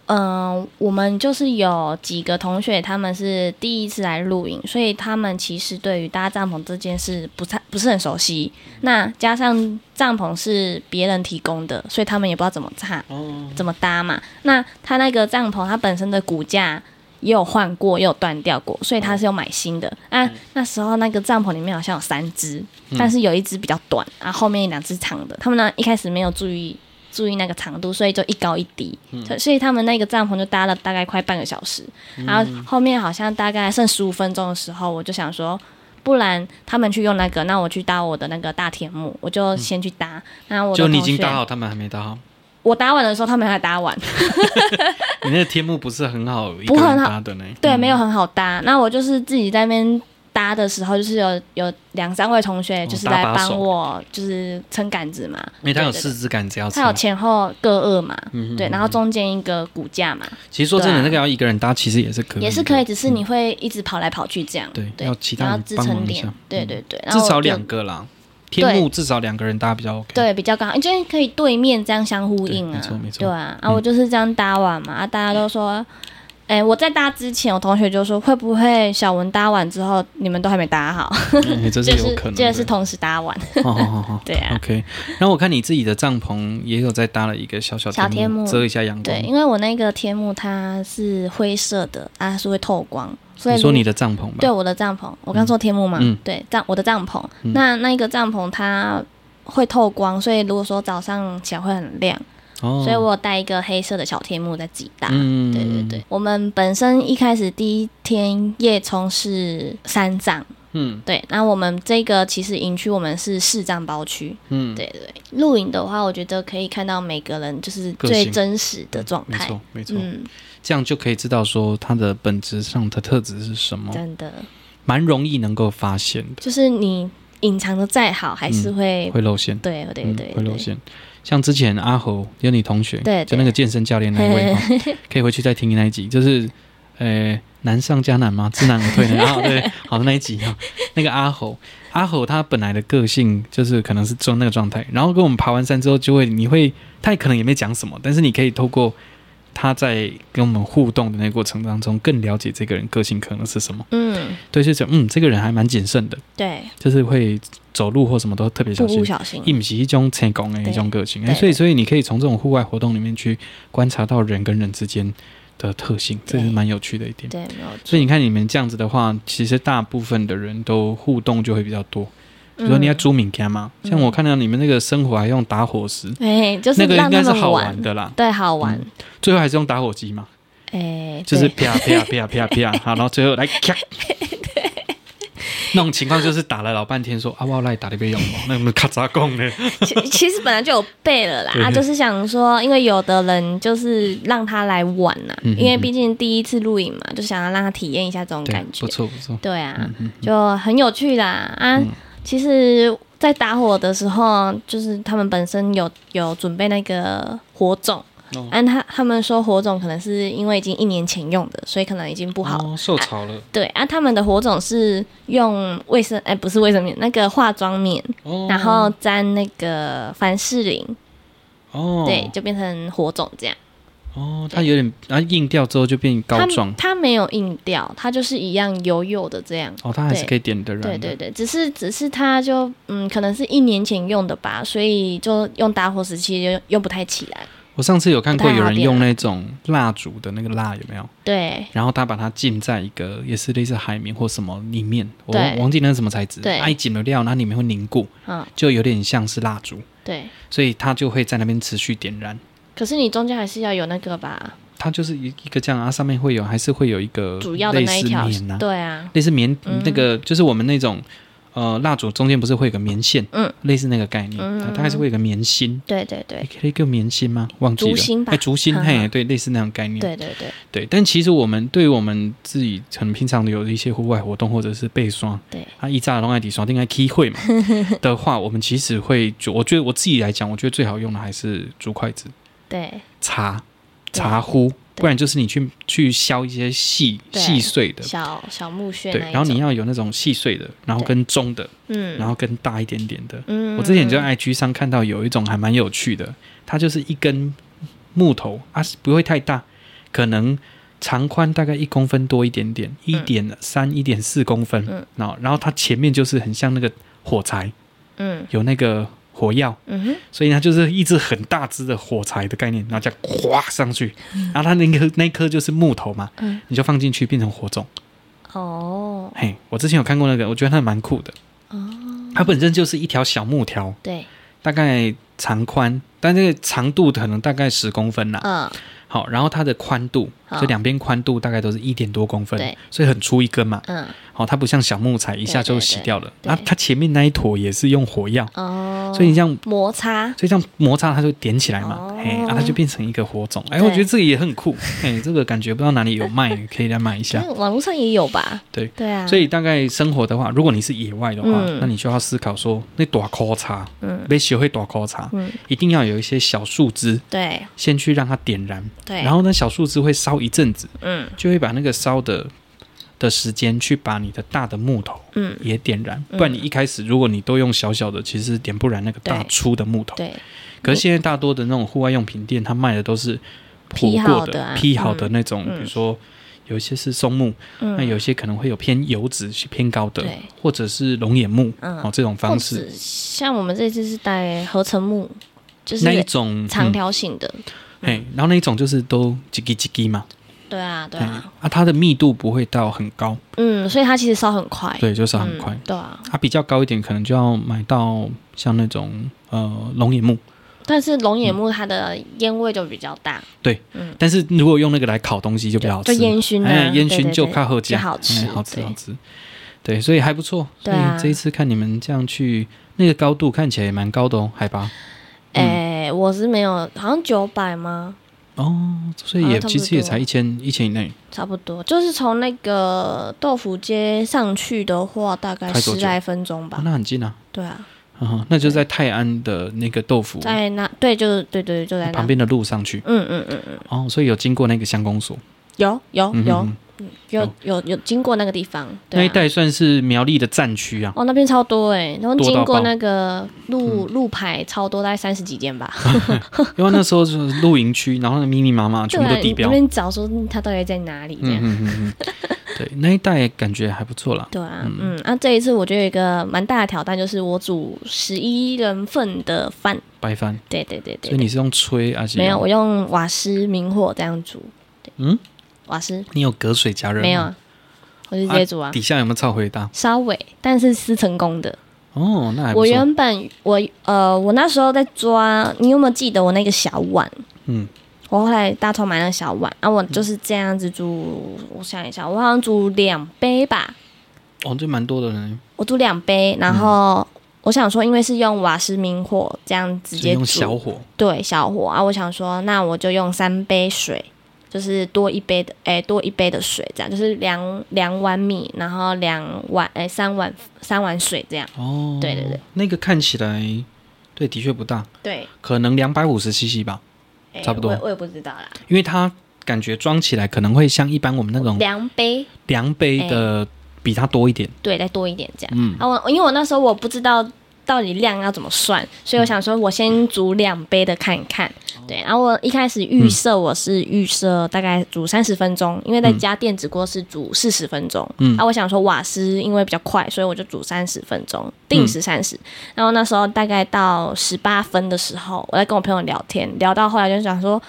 嗯、我们就是有几个同学，他们是第一次来露营，所以他们其实对于搭帐篷这件事不太不是很熟悉。那加上帐篷是别人提供的，所以他们也不知道怎么搭。哦，怎么搭嘛。那它那个帐篷，它本身的骨架也有换过，也有断掉过，所以它是有买新的。嗯啊，那时候那个帐篷里面好像有三只，但是有一只比较短，啊，后面两只长的。他们呢一开始没有注意注意那个长度，所以就一高一低，嗯所以所以他们那个帐篷就搭了大概快半个小时。嗯然后后面好像大概剩十五分钟的时候，我就想说。不然他们去用那个，那我去搭我的那个大天幕，我就先去搭。那我的就你已同经学搭好，他们还没搭好。我搭完的时候，他们还搭完。你那个天幕不是很好，一不个人很好搭的呢。对，嗯没有很好搭。那我就是自己在那边搭的时候，就是有有两三位同学就是哦搭来把手帮我，就是撑杆子嘛。因为它有对对四肢杆子要对撑它有。前后各二嘛，嗯对，然后中间一个骨架嘛，其实说真的，对啊那个要一个人搭其实也是可以，也是可以，。只是你会一直跑来跑去这样。嗯对对要其，他然人后支帮忙撑一点下，嗯对对对，然至后少我就两个啦，天幕至少两个人搭比较 OK。 对，比较刚好，就是可以对面这样相呼应啊，对没错没错对啊，啊，嗯我就是这样搭完嘛，啊，大家都说，哎、我在搭之前，我同学就说，会不会小文搭完之后，你们都还没搭好，嗯，这是就有是可能这的。哦是 同时搭完，好好好好，对啊 OK，然后我看你自己的帐篷也有在搭了一个小小小天幕遮一下阳对，光。因为我那个天幕它是灰色的，啊它是会透光，所以你说如你的帐篷吧？对我的帐篷，我刚说天幕嘛，嗯对帐我的帐篷，那那个帐篷它会透光，所以如果说早上起来会很亮，哦，所以我有带一个黑色的小天幕在自己搭。嗯，对对对，我们本身一开始第一天夜冲是三藏，嗯对，那我们这个其实营区我们是四藏包区，嗯，对对。露营的话，我觉得可以看到每个人就是个性最真实的状没态，错没错，嗯，这样就可以知道说它的本质上的特质是什么，真的蛮容易能够发现的，就是你隐藏的再好，还是会、嗯会露馅，对对对嗯对会露馅。像之前阿侯，就你同学，对对就那个健身教练那一位， 哈可以回去再听那一集，就是呃难上加难嘛，知难而退呢。啊，对，好的那一集啊，那个阿侯，阿侯他本来的个性就是可能是中那个状态，然后跟我们爬完山之后，就会你会他也可能也没讲什么，但是你可以透过他在跟我们互动的那个过程当中，更了解这个人个性可能是什么。嗯，对，就讲嗯，这个人还蛮谨慎的，对，就是会走路或什么都特别小步心步。小心，伊毋是迄种成功的迄种个性，对哎，对所以所以你可以从这种户外活动里面去观察到人跟人之间的特性，这对是蛮有趣的一点。对，没有错。所以你看你们这样子的话，其实大部分的人都互动就会比较多。比如说你要嗯煮敏感嘛，像我看到你们那个生活还用打火石，哎、就是那个应让该他是们好玩玩，的啦。对，好玩，最后还是用打火机嘛，哎，嗯就是对啪啪啪啪啪，好，然后最后 来咔。那种情况就是打了老半天说，啊，我来打的被用哦，那我们咔嚓讲呢？其其实本来就有背了啦，对啊就是想说，因为有的人就是让他来玩呐、嗯嗯因为毕竟第一次录影嘛，就想要让他体验一下这种 对感，觉不。错不错，对啊，嗯就很有趣啦啊！其实，在打火的时候，就是他们本身有有准备那个火种，哦按、他他们说火种可能是因为已经一年前用的，所以可能已经不好了。哦，受潮了，对啊，他们的火种是用卫生哎、不是卫生棉，那个化妆棉，哦，然后沾那个凡士林，哦，对，就变成火种这样。哦，它有点，然后硬掉之后就变膏它状，它没有硬掉，它就是一样油油的这样。哦，它还是对可以点的燃对对的，对，只是只是它就嗯，可能是一年前用的吧，所以就用打火石器就用不太起来。我上次有看过不太有好人点用那种蜡烛的那个蜡有没有？对然后他把它浸在一个也是类似海绵或什么里面，我对忘记那是什么材质，对它一浸了料，它里面会凝固，嗯就有点像是蜡烛，对，所以它就会在那边持续点燃。可是你中间还是要有那个吧，它就是一一个这样啊，上面会有还是会有一个主要的类那一似条。棉啊，对啊，类似棉、那个就是我们那种呃蜡烛中间不是会有个棉线，嗯，类似那个概念，嗯它大概是会有个棉芯。对对对诶可以叫棉芯吗？忘记了，竹芯吧哎，竹芯，哈哈嘿，对，类似那种概念。对对对对，但其实我们对于我们自己很平常的有一些户外活动或者是背刷，对，啊，一炸龙爱底刷，应该 key 会嘛的话，我们其实会，就我觉得我自己来讲，我觉得最好用的还是竹筷子、对茶、对茶壶，对不然就是你去去削一些细对细碎的，小小木屑对，那一然后你种要有那种细碎的，然后跟中的，嗯，然后跟大一点点的。嗯，我之前就在 IG 上看到有一种还蛮有趣的，它就是一根木头啊，不会太大，可能长宽大概一公分多一点点，一点三、一点四公分。嗯然后，然后它前面就是很像那个火柴，嗯有那个火药，嗯哼所以它就是一支很大支的火柴的概念，然后这样哗上去，然后它那颗那颗就是木头嘛，嗯你就放进去变成火种。哦嘿，我之前有看过那个，我觉得它蛮酷的。哦，它本身就是一条小木条，对，大概长宽，但这个长度可能大概十公分啦。嗯好，然后它的宽度，好这两边宽度大概都是一点多公分对，所以很粗一根嘛。嗯好，它不像小木材一下就洗掉了。对那它前面那一坨也是用火药，哦，所以你这样，摩擦所以这样摩擦它就点起来嘛哦，嘿，啊，它就变成一个火种。哎，对我觉得这个也很酷，哎，这个感觉不知道哪里有卖，可以来买一下。嗯网络上也有吧？对对啊，所以大概生活的话，如果你是野外的话，嗯那你就要思考说，那大枯茶，嗯要学会大枯茶，嗯，一定要有一些小树枝，对先去让它点燃，对，然后呢，小树枝会烧一阵子，嗯就会把那个烧的的时间去把你的大的木头嗯也点燃，嗯不然你一开始如果你都用小小的，其实点不燃那个大对粗的木头。对可是现在大多的那种户外用品店，它卖的都是劈剖过好的啊劈好的那种，嗯嗯比如说有一些是松木，嗯，那有些可能会有偏油脂是偏高的对，或者是龙眼木、嗯哦这种或方式，者像我们这次是带合成木，就是那一种长嗯条形的，嘿，然后那一种就是都叽叽叽叽嘛，对啊对嘿啊，啊，它的密度不会到很高，嗯，所以它其实烧很快，对，就是很快。嗯对啊，它、比较高一点，可能就要买到像那种呃龙眼木，但是龙眼木它的烟味就比较大，嗯但是如果用那个来烤东西就比较好吃，就烟熏啊哎，烟对对熏对就靠后加，就好吃哎好吃对好吃，对，所以还不错。所对以啊这一次看你们这样去，那个高度看起来也蛮高的哦，海拔哎，我是没有，好像九百吗？哦，所以好也、像差不其实也才多一千一千以内，差不多，就是从那个豆腐街上去的话，大概开多十久来分钟哦吧。那很近啊。对啊，嗯哼，那就在泰安的那个豆腐在那对，就是对对，对就在那哦旁。边的路上去嗯嗯嗯嗯，哦，所以有经过那个乡公所，有哦有嗯哼有哼有有有经过那个地方，那对一啊。带算是苗栗的战区啊，哦，那边超多哎，然后多到经过爆嗯那个路路牌超多，大概三十几间吧。因为那时候就是露营区，然后那密密麻麻全部对啊都地标那，边找说嗯它到底在哪里这嗯样。嗯嗯 嗯，对，那一带感觉还不错啦。对啊，嗯，那、这一次我觉得有一个蛮大的挑战，就是我煮十一人份的饭。白饭，对对对对所以你是用吹还是没有，？我用瓦斯明火这样煮。对嗯，瓦斯你有隔水加热吗没有，啊，我就直接煮啊，底下有没有超回答？稍微，但是是成功的。哦，那还不我错。原本我呃，我那时候在抓，你有没有记得我那个小碗？嗯，我后来大头买那个小碗，啊，我就是这样子煮，我想一下，我好像煮两杯吧，哦，这蛮多的呢，我煮两杯，然后嗯我想说，因为是用瓦斯明火这样直就接用煮，小火，对小火啊，我想说，那我就用三杯水，就是多一杯的，哎、多一杯的水，这样就是两两碗米，然后两碗，哎、三碗三碗水这样，哦，对对对，那个看起来，对，的确不大，对，可能两百五十 CC 吧，哎差不多我也我也不知道啦，因为它感觉装起来可能会像一般我们那种两哎杯，量杯的比它多一点，对，再多一点这样。嗯，啊，我因为我那时候我不知道到底量要怎么算，所以我想说我先煮两杯的看看。嗯对，然后我一开始预设我是预设大概煮三十分钟，因为在家电子锅是煮四十分钟。嗯啊，我想说瓦斯因为比较快，所以我就煮三十分钟，定时三十、然后那时候大概到十八分的时候，我在跟我朋友聊天，聊到后来就想说，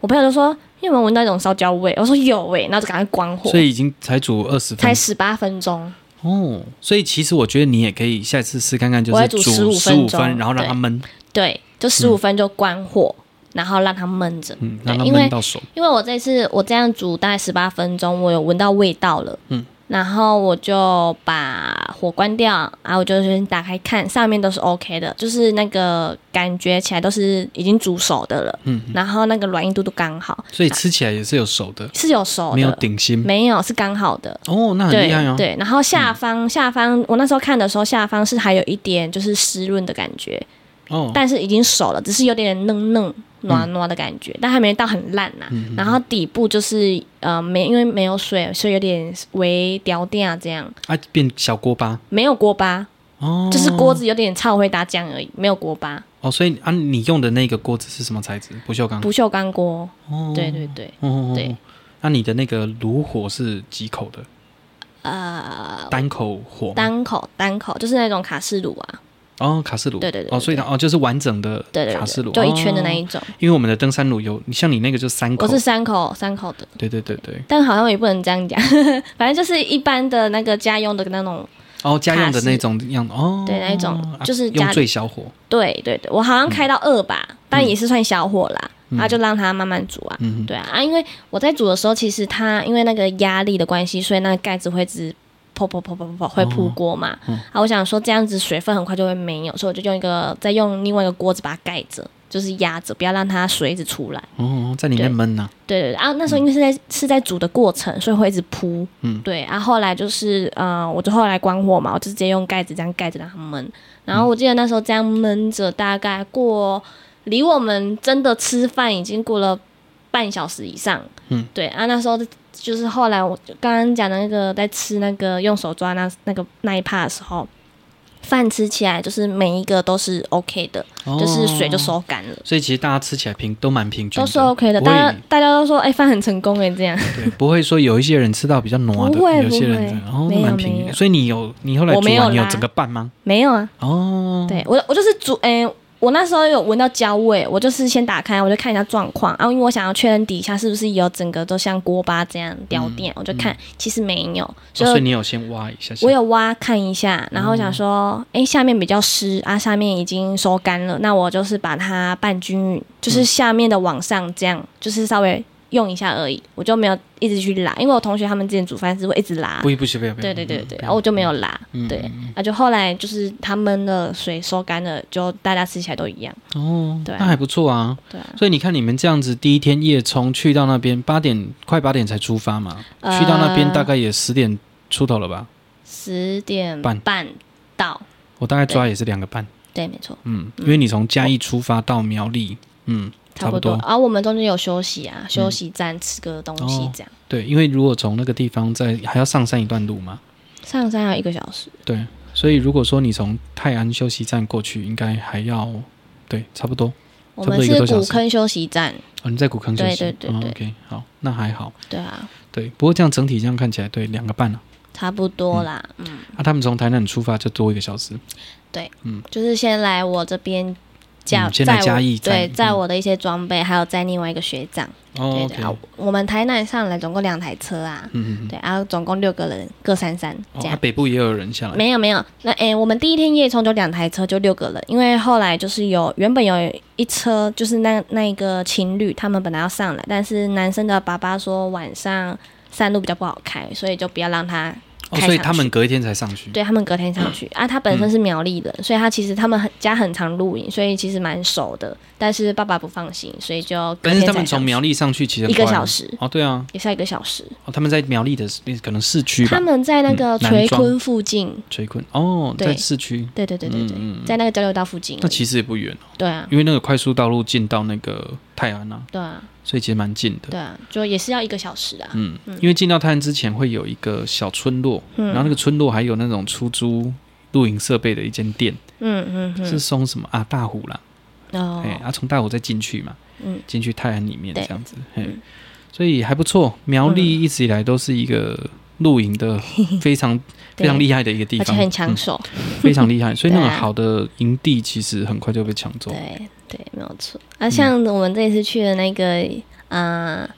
我朋友就说你有没有闻到一种烧焦味？我说有诶、然后就赶快关火所，以已经才煮二十分才十八分钟。哦，所以其实我觉得你也可以下次试看看，就我是会煮煮15 15分分钟，然后让它焖，对，就十五分就关火，然后让它焖着。嗯，对让它因为焖到熟，因为我这次我这样煮大概十八分钟，我有闻到味道了。嗯。然后我就把火关掉，然后我就先打开看，上面都是 OK 的，就是那个感觉起来都是已经煮熟的了，嗯，然后那个软硬度都刚好，所以吃起来也是有熟的，是有熟的，没有顶心，没有是刚好的，哦，那很对厉害哦，对，然后下方、下方，我那时候看的时候，下方是还有一点就是湿润的感觉，哦，但是已经熟了，只是有点嫩嫩、软软的感觉，嗯但还没到很烂呐、然后底部就是呃没因为没有水，所以有点微掉掉这样，啊，变小锅巴，没有锅巴，哦，就是锅子有点超会打酱而已，没有锅巴，哦，所以啊，你用的那个锅子是什么材质？不锈钢，不锈钢锅，啊哦，对对对，哦，对。那你的那个炉火是几口的？呃，单口火吗？单口单口就是那种卡式炉啊，哦，卡式炉。对对对哦，所以它哦就是完整的对对卡式炉，对，就一圈的那哦一种，因为我们的登山炉有，你像你那个就三哦口。我是三口三口的，对对对对。但好像也不能这样讲， 反正就是一般的那个家用的那种哦，家用的卡式那种样子哦。对那一种啊就是家用最小火。对对对，我好像开到二吧，但也是算小火啦，然后就让它慢慢煮啊。嗯，对啊，啊，因为我在煮的时候，其实它因为那个压力的关系，所以那个盖子会一直噗噗噗噗噗噗会扑锅嘛。啊，我想说这样子水分很快就会没有，所以我就用一个再用另外一个锅子把它盖着，就是压着，不要让它水一直出来。哦，在里面焖呐。对对对啊，那时候因为是在、是在煮的过程，所以会一直扑。嗯对啊，后来就是呃，我就后来关火嘛，我就直接用盖子这样盖着让它焖。然后我记得那时候这样焖着，大概过离我们真的吃饭已经过了半小时以上。嗯，对啊，那时候就是后来我就刚刚讲的那个在吃那个用手抓那那个那一趴的时候，饭吃起来就是每一个都是 OK 的，哦就是水就。收干了。所以其实大家吃起来平都蛮平均都的，是 OK 的，不会大家大家都说，哎、饭很成功哎，这样。 对，不会说有一些人吃到比较糯的不，会有些人不会然后没有蛮平没均。有所以你有你后来我煮没有完你有啦整个拌吗？没有啊，哦，对我我就是煮，诶、我那时候有闻到焦味，我就是先打开，我就看一下状况啊，因为我想要确认底下是不是有整个都像锅巴这样掉电，我就看，其实没有，嗯哦，所所以以你有哦先挖一下下。我有挖看一下，然后想说，诶、下面比较湿啊，下面已经收干了，那我就是把它拌均匀，嗯就是下面的往上这样，就是稍微用一下而已，我就没有一直去拉，因为我同学他们之前煮饭是会一直拉，不不行不行不行。对对对对，不然要后我就没有拉，嗯对嗯，啊，就后来就是他们的水收干了，就大家吃起来都一样，哦，对啊那还不错啊。对啊，所以你看，你们这样子第一天夜冲去到那边八点，快八点才出发嘛，呃去到那边大概也十点出头了吧？十点半半到，我大概抓也是两个半，对，没错，嗯，因为你从嘉义出发到苗栗，嗯，差不不多嗯啊，我们中间有休息啊，休息站吃个东西哦这样，对，因为如果从那个地方再还要上山一段路嘛，上山要一个小时，对，所以如果说你从泰安休息站过去，应该还要对，差不多。我差们不多一个是多小时古坑休息站，哦，你在古坑休息，对对对哦对 OK，好，那还好，对啊，对。不过这样整体这样看起来，对，两 个半了、啊差不多啦，嗯，啊。他们从台南出发就多一个小时，就是先来我这边加、嗯先来在我嘉义对，再在嗯我的一些装备，还有在另外一个学长，哦对，OK，的、啊，我们台南上来总共两台车啊，嗯嗯嗯，对啊，总共六个人，各三三哦这啊样。北部也有人下来，没有没有，那诶、我们第一天夜冲就两台车，就六个人，因为后来就是有原本有一车，就是那那一个情侣，他们本来要上来，但是男生的爸爸说晚上山路比较不好开，所以就不要让他哦，开所以上他去们隔一天才上去，对他们隔天上去、嗯啊。他本身是苗栗人，所以他其实他们很家很常露营，所以其实蛮熟的，但是爸爸不放心，所以就隔但是天他才上们从去苗栗上去其实很一个快小时，哦，对啊，也是要一个小时。哦，他们在苗栗的可能市区吧他，们在那个嗯南垂庄坤附近，垂坤哦，对在市区，对对对对对，嗯嗯嗯在那个交流道附近而已。那其实也不远哦，对啊，因为那个快速道路进到那个泰安啊，对啊，所以其实蛮近的。对啊，就也是要一个小时啊。嗯，因为进到泰安之前会有一个小村落，嗯嗯然后那个村落还有那种出租露营设备的一间店，嗯嗯是嗯，松什么啊大湖啦，哦哎、，啊从大湖再进去嘛，嗯进去泰安里面对嗯这样子，嘿，所以还不错。苗栗一直以来都是一个露营 的非常非对常厉害的一个地而且方，很抢嗯手，非 常厉害。所以那种对啊好的营地其实很快就被抢走。对对，没有错。啊，嗯像我们这次去的那个啊、呃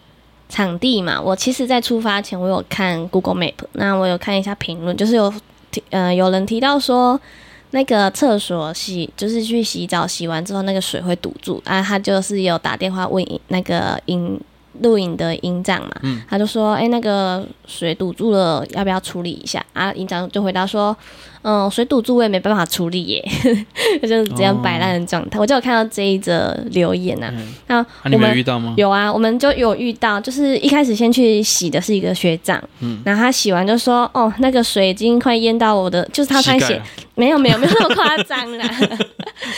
场地嘛，我其实在出发前我有看 Google Map，那我有看一下评论，就是有提呃有人提到说。那个厕所洗就是去洗澡，洗完之后那个水会堵住啊。他就是有打电话问营那个营录影的营长嘛，嗯他就说：“哎、那个水堵住了，要不要处理一下？”啊，营长就回答说：“嗯，水堵住我也没办法处理耶， 就是这样摆烂的状态。我就有看到这一则留言啊，哦嗯，那、啊，你们我有们遇到吗？有啊，我们就有遇到，就是一开始先去洗的是一个学长，嗯然后他洗完就说：“哦，那个水已经快淹到我的，就是他穿膝盖鞋啊，没有没有没有那么夸张 啦，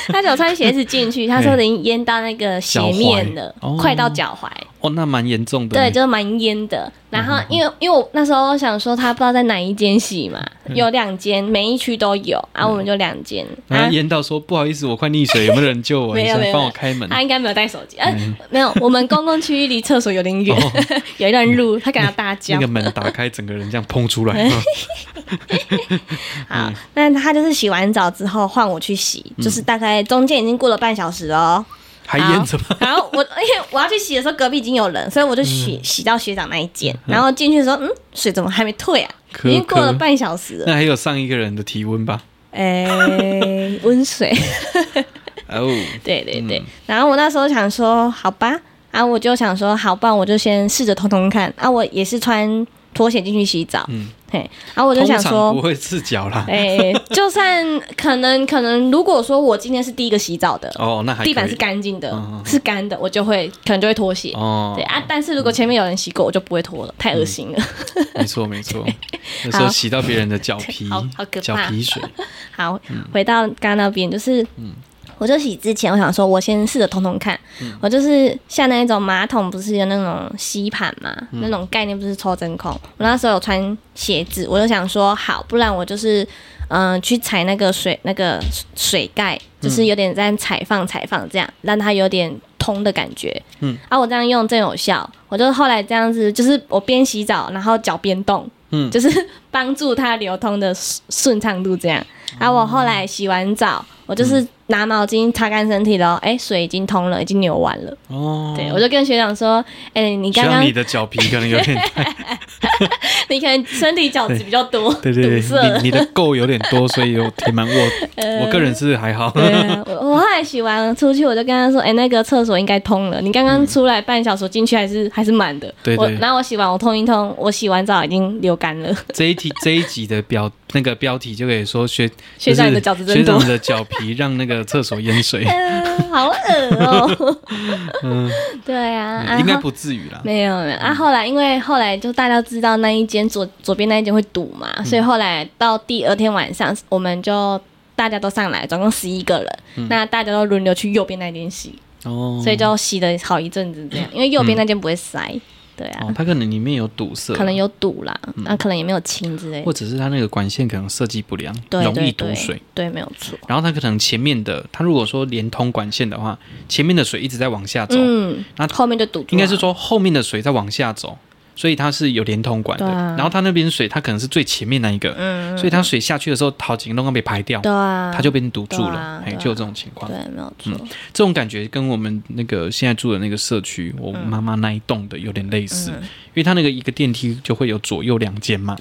他只有穿鞋子进去，他说已经淹到那个鞋面了，脚踝哦快到脚踝，哦，那蛮严重的。对，，就是蛮淹的。然嗯后因为因为我那时候想说他不知道在哪一间洗嘛，嗯有两间，每一区都有，啊，我们就两间，然啊后。淹到说不好意思，我快溺水，有没有人救我一 没有下没，有帮我开门？他应该没有带手机，哎、嗯没有，我们公共区域离厕所有点远， 有一段路，他给他大叫哦嗯那个。门打开，整个人这样砰出哎来。嗯好，那他就是洗完澡之后换我去洗，就是大概中间已经过了半小时哦。 还淹着吗？然后我因为我要去洗的时候，隔壁已经有人，所以我就嗯洗、洗到学长那一间，然后进去的时候，嗯，水怎么还没退啊？可已经过了可半小时了那。还有上一个人的体温吧？哎，温 水，哦，对对对。然后我那时候想说，好吧，啊，我就想说，好吧，我就先试着通通看。啊，我也是穿拖鞋进去洗澡，嗯嘿，然后我就通想常说不，会赤脚啦。 哎、就算可能可能，如果说我今天是第一个洗澡的，哦，那还可以地板是干净的，嗯嗯嗯是干的，我就会可能就会脱鞋。哦对，啊，但是如果前面有人洗过，我就不会脱了，太恶心了。没错没 错。有时候洗到别人的脚皮好好可怕，脚皮水。好，回到刚刚那边，就是，我就洗之前，我想说，我先试着通通看。嗯我就是像那一种马桶，不是有那种吸盘嘛，嗯那种概念不是抽真空。我那时候有穿鞋子，我就想说，好，不然我就是，嗯、去踩那个水那个水盖，嗯就是有点在踩放踩放这样，让它有点通的感觉。嗯，啊，我这样用真有效。我就后来这样子，就是我边洗澡，然后脚边动，嗯就是帮助它流通的顺顺畅度这样。啊，我后来洗完澡，我就是拿毛巾擦干身体了，哎、水已经通了，已经流完了。哦，对，我就跟学长说，哎、你希刚望刚你的脚皮可能有 点，你可能身体角质比较多， 对对堵塞嗯了对，你你的垢有点多，所以有填满 我。我个人是还好，对啊，我我后来洗完出去，我就跟他说：“哎、那个厕所应该通了。你刚刚出来半小时进去还是还是满的。对我对然后我洗完我通一通，我洗完澡已经流干 了。这一题这一集的标那个标题就可以说学学就是长你的脚趾真学多长的脚皮让那个厕所淹水，嗯， 好恶哦、 对啊，嗯然应该后不至于啦。没有没有啊。后来因为后来就大家知道那一间左左边那一间会堵嘛，嗯所以后来到第二天晚上，我们就大家都上来，总共十一个人，那大家都轮流去右边那间洗，嗯哦，所以就洗了好一阵子这样，因为右边那间不会塞。对啊，哦，它可能里面有堵塞，可能有堵啦，那、可能也没有清之类或的。者是它那个管线可能设计不良，对容易对堵对水。对，没有错。然后它可能前面的，它如果说连通管线的话，前面的水一直在往下走，嗯，那后面就堵住了。应该是说后面的水在往下走，所以它是有连通管的。对啊然后它那边水，它可能是最前面那一个，嗯，所以它水下去的时候，陶井弄刚被排掉，对啊，哦它就被堵住对了啊，哎、对啊就有这种情况。对，没有错，这种感觉跟我们那个现在住的那个社区，我妈妈那一栋的有点类似，嗯因为它那个一个电梯就会有左右两间嘛，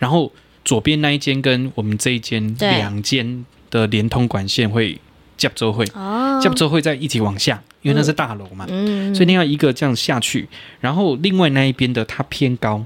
然后左边那一间跟我们这一间对两间的连通管线会夹周会，哦，夹周会再一起往下，因为那是大楼嘛，嗯，所以你要一个这样下去，然后另外那一边的它偏高，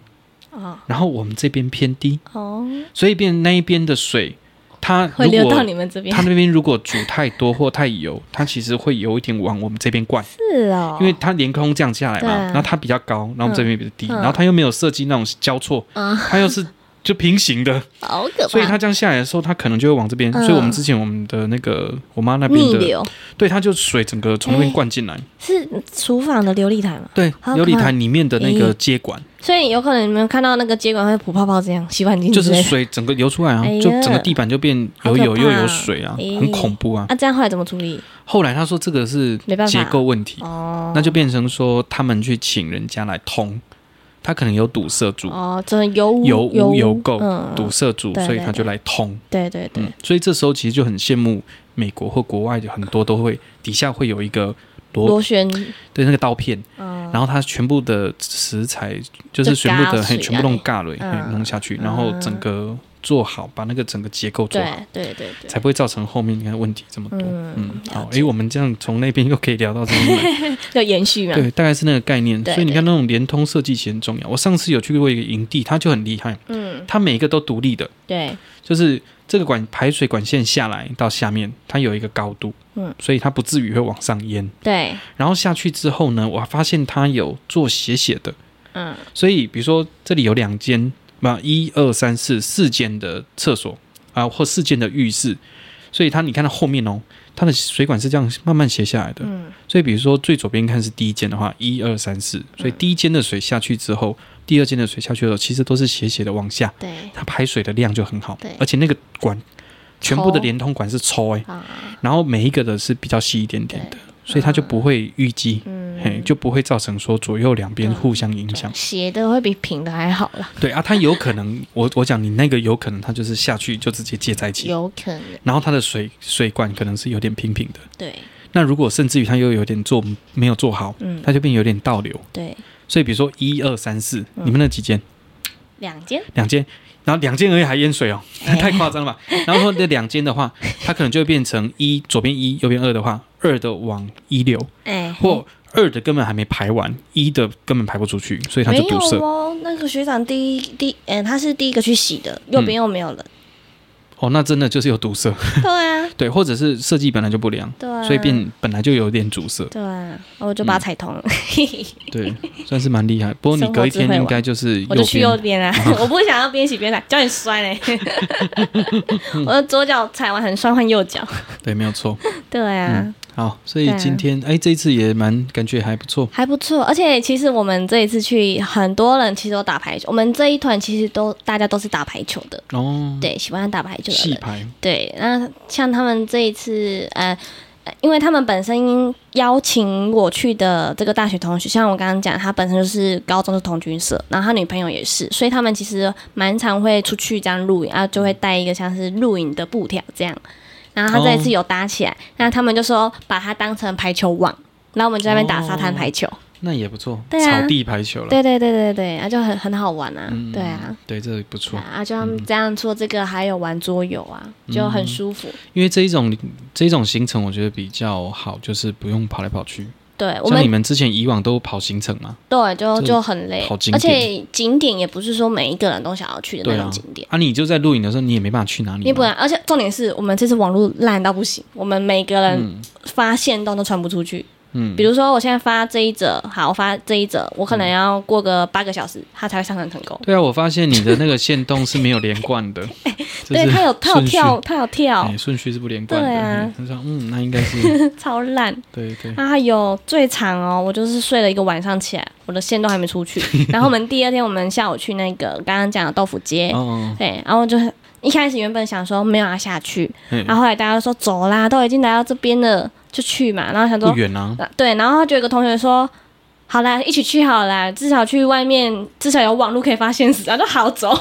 哦然后我们这边偏低，哦，所以变那一边的水，它会如流到果你们这边它，那边如果煮太多或太油，它其实会有一点往我们这边灌。是哦，因为它连空降下来对嘛，然后它比较高，然后我们这边比较低，嗯然后它又没有设计那种交错，嗯它又是就平 行的，好可怕，所以它这样下来的时候，它可能就会往这边。嗯所以我们之前我们的那个我妈那边逆的，流哎对，它就水整个从那边灌进来，是厨房的琉璃台嘛，对好，琉璃可怕台里面的那个接管，所以有可能你们看到那个接管会吐泡泡这样，洗碗巾就之是类的水整个流出来啊哎，呀就整个地板就变好有可有又怕有水啊，哎很恐怖啊。啊，这样后来怎么处理？后来他说这个是没办法结构问题，哦，那就变成说他们去请人家来通，他可能有堵塞住。哦，真的油污有油污有垢嗯，堵塞住，对所以对他就对来通。对对对嗯，，所以这时候其实就很羡慕美国或国外的很多都会底下会有一个螺螺旋，对那个刀片，嗯，然后它全部的食材就是就全部嘎的嘿水全部弄啊尬了，嗯嘿弄下去，然后整个做好，把那个整个结构做好。对对对对，才不会造成后面你看问题这么多。嗯嗯，好，了诶，我们这样从那边又可以聊到这 边来，要延续嘛，对，大概是那个概念。对所以你看那种联通设计其实很重要。我上次有去过一个营地，它就很厉害，嗯，它每一个都独立的，对，就是这个管排水管线下来到下面，它有一个高度，嗯，所以它不至于会往上淹。对，然后下去之后呢，我发现它有做斜斜的，嗯，所以比如说这里有两间，嘛，一二三四四间的厕所啊，或四间的浴室，所以它你看到后面哦，它的水管是这样慢慢斜下来的，嗯，所以比如说最左边看是第一间的话，一二三四，所以嗯第一间的水下去之后，第二间的水下去的时候，其实都是斜斜的往下，对，它排水的量就很好对，而且那个管全部的抽连通管是抽哎、啊，然后每一个的是比较细一点点的，所以它就不会淤积，嗯嘿，就不会造成说左右两边对互相影响。斜的会比平的还好啦，对啊，它有可能，我我讲你那个有可能它就是下去就直接接在一起，有可能，然后它的水水管可能是有点平平的。对那如果甚至于它又有点做没有做好，嗯它就变有点倒流。对，所以比如说一二三四，嗯你们那几间？两间，两间，然后两间而已还淹水哦，哎 太夸张了吧？然后说那两间的话，它可能就会变成一左边一，右边二的话，二的往一流，哎，或二的根本还没排完，一的根本排不出去，所以它没就有堵塞。哦，那个学长第一第一，嗯、他是第一个去洗的，右嗯边又没有人。哦，那真的就是有堵塞， 对啊，对，或者是设计本来就不良，对啊，所以变本来就有点阻塞，对啊，我就把它踩通了，对，算是蛮厉害。不过你生活隔一智天慧应王该就是 我就去右边，边啊， 我不想要边洗边踩，叫你摔 嘞，我的左脚踩完很酸，换右脚。 对，没有错。嗯对啊，好，所以对啊今天哎、这一次也蛮感觉还不错，还不错，而且其实我们这一次去，很多人其实都打排球，我们这一团其实都大家都是打排球的，哦，对，喜欢打排球的戏人。牌，对，那像他们这一次，呃，呃因为他们本身邀请我去的这个大学同学，像我刚刚讲，他本身就是高中是童军社，然后他女朋友也是，所以他们其实蛮常会出去这样露营，啊，就会带一个像是露营的布条这样。然后他这一次有搭起来，嗯那他们就说把它当成排球网，然后我们就在那边打沙滩排球。那也不错，对啊草地排球了。对对对对对，啊，就很很好玩啊，嗯对啊。，对，这不对错，嗯啊，就他们这样做这个，还有玩桌游啊，就很舒服。因为这一种这一种行程我觉得比较好，就是不用跑来跑去。对我像们你们之前以往都跑行程嘛，对，就就就很累跑景，而点且景点也不是说每一个人都想要去的对那啊种景点。啊，你就在录影的时候你也没办法去哪里嘛，你不然，而且重点是我们这次网络烂到不行，我们每个人发现动都传不出去。嗯比如说我现在发这一则，好，我发这一则，我可能要过个八个小时，它才会上传成功。对啊，我发现你的那个线动是没有连贯 的，就是对，它有它有顺序跳，它有跳哎，，顺序是不连贯的。对啊嗯他说嗯，那应该 是超烂。对对，啊，有最长哦，我就是睡了一个晚上起来，我的线都还没出 去。然后我们第二天，我们下午去那个刚刚讲的豆腐街，哦，对，然后就是一开始原本想说没有要下去，嗯然后后来大家都说走啦，都已经来到这边了，就去嘛。然后想不说，远啊，啊对，然后就有一个同学说，好啦，一起去好啦，至少去外面，至少有网络可以发现实， 然后就好 走，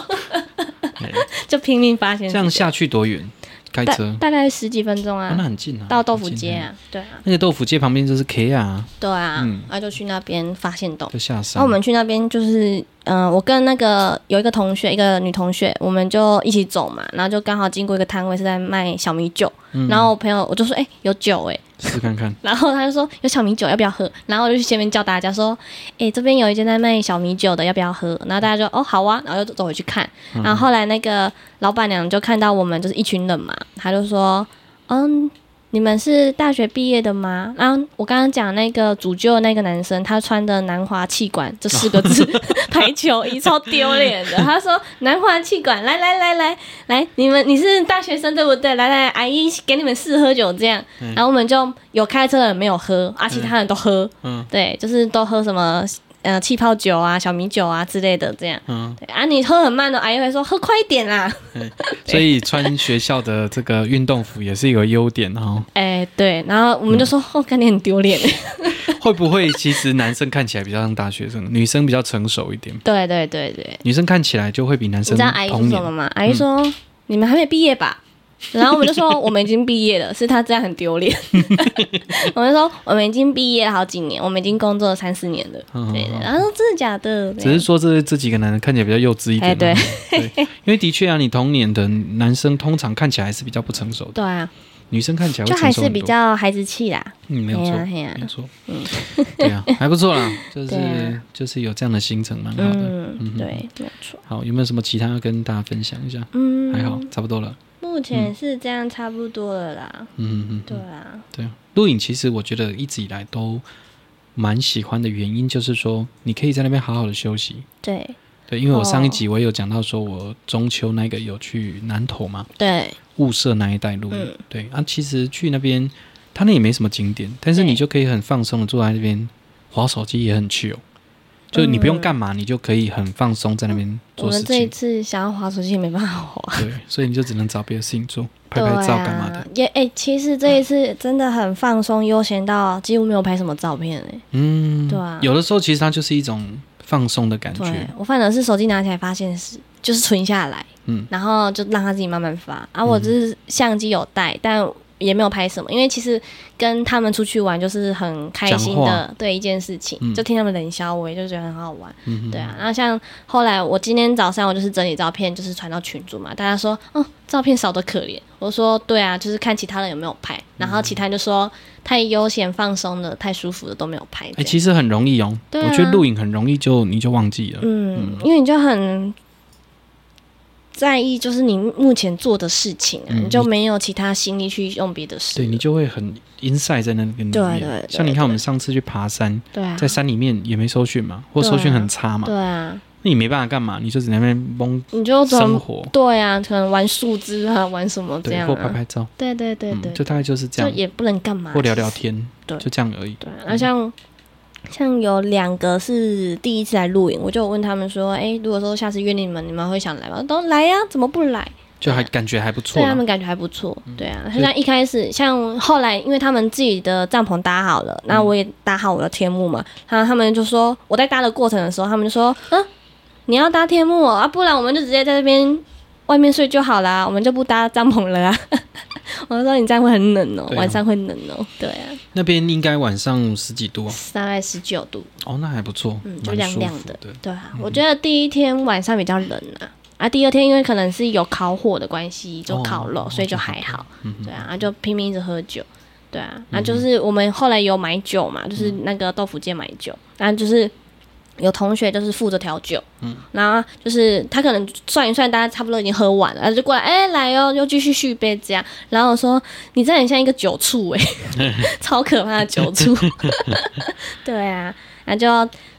就拼命发现嗯实。这样下去多远？开大车？大概十几分钟啊那啊，很近啊，到豆腐很近街。啊，对啊，那个豆腐街旁边就是 K 啊，对啊，然后就去那边发现洞。就下山。那哦我们去那边就是，嗯、我跟那个有一个同学，一个女同学，我们就一起走嘛，然后就刚好经过一个摊位是在卖小米酒，嗯然后我朋友我就说，哎、有酒哎、试看看，然后他就说有小米酒要不要喝，然后我就去前面叫大家说，哎、这边有一间在卖小米酒的，要不要喝？然后大家就哦好啊，然后就走回去看。然后后来那个老板娘就看到我们就是一群人嘛，她就说，嗯，你们是大学毕业的吗？然后我刚刚讲那个主救那个男生，他穿的南华气管这四个字排球衣，超丢脸的。他说南华气管，来来来来来，你们你是大学生对不对？来来，阿姨给你们试喝酒这样。嗯然后我们就有开车的人没有喝，啊，其他人都喝，嗯对，就是都喝什么呃气泡酒啊、小米酒啊之类的这样。嗯，对啊，你喝很慢的，阿姨会说喝快一点 啦。所以穿学校的这个运动服也是有优点哦。哎，对，然后我们嗯就说，哦，感觉很丢 脸。会不会其实男生看起来比较像大学生，女生比较成熟一点？对对对对，女生看起来就会比男你生知道阿姨说童什么年。嗯吗？阿姨说、你们还没毕业吧？ 然后我们就说我们已经毕业了，是他这样很丢脸。 我们就说我们已经毕业好几年，我们已经工作了三四年了。嗯对嗯的，嗯然后说真的假的？只是说这这几个男人看起来比较幼稚一点、哎啊，对对，因为的确啊，你童年的男生通常看起来还是比较不成熟的，对啊，女生看起来会就成还熟是很多比较孩子气啦。嗯，没有错，嘿啊嘿啊嗯没有错，对啊，还不错啦，就 是、对啊就是有这样的行程，蛮好的。嗯，对，没有错。好，有没有什么其他要跟大家分享一下？嗯，还好，差不多了。目前是这样差不多了啦。嗯嗯对嗯，啊，对啊。录影其实我觉得一直以来都蛮喜欢的原因，就是说你可以在那边好好的休息。对对，因为我上一哦集我也有讲到，说我中秋那个有去南投嘛，对雾社那一带录影。嗯对啊，其实去那边，它那也没什么景点，但是你对就可以很放松的坐在那边划手机，也很 chill。就是你不用嗯干嘛，你就可以很放松在那边我做事们这一情。次想要滑手机也没办法滑。对，所以你就只能找别的事情做，拍对拍照干嘛的。啊、也哎、其实这一次真的很放松，悠闲到几乎没有拍什么照片哎、嗯，对啊有的时候其实它就是一种放松的感对觉。我反而是手机拿起来发现是就是存下来，嗯，然后就让它自己慢慢发。啊，我只是相机有带，但也没有拍什么，因为其实跟他们出去玩就是很开心讲的对一件事情，嗯就听他们冷笑，我也就觉得很好玩。嗯哼对啊，然后像后来我今天早上我就是整理照片，就是传到群组嘛，大家说哦照片少的可怜，我说对啊，就是看其他人有没有拍，然后其他人就说太悠闲放松的、太舒服的都没有拍。嗯哎、这样其实很容易哦。对啊我觉得录影很容易就你就忘记了。嗯，因为你就很在意就是你目前做的事情啊，嗯你就没有其他心力去用别的事对了。你就会很 inside 在那个里面。对对对像你看对我们上次去爬山，对啊在，山里面也没搜讯嘛，或搜讯很差嘛，对啊，那你没办法干嘛，你就只能在那边蒙你就怎生么活，对啊，可能玩树枝啊，玩什么这对，样或拍啊？拍照，对对对对，嗯，就大概就是这就样，也不能干嘛，或聊聊其实天，对就这样而已。对啊，那像像有两个是第一次来露营，我就有问他们说，哎，如果说下次约你们，你们会想来吗？都来呀、怎么不来？就还感觉还不错对他啊啦嗯们。感觉还不错，对啊。所以像一开始，像后来，因为他们自己的帐篷搭好嗯了，那我也搭好我的天幕嘛，然后他们就说，我在搭的过程的时候，他们就说，啊嗯、你要搭天幕、哦、啊，不然我们就直接在这边外面睡就好啦，我们就不搭帐篷了啊。 我就说你这样会很冷哦，对啊晚上会冷哦，对啊，那边应该晚上十几度哦，大概十九度。哦，那还不错，嗯，就蛮亮舒亮服的，的。对啊，我觉得第一天晚上比较冷啊，啊，第二天因为可能是有烤火的关系，就烤肉，哦所以就就还还好，嗯哼对啊，啊就拼命一直喝酒，对啊，啊就是我们后来有买酒嗯嘛，就是那个豆腐街买酒，然后就是。有同学就是负责调酒，嗯，然后就是他可能算一算，大家差不多已经喝完了，然后就过来，哎、来哦，又继续续杯这样。然后我说，你这很像一个酒醋 哎、超可怕的酒醋。对啊，那就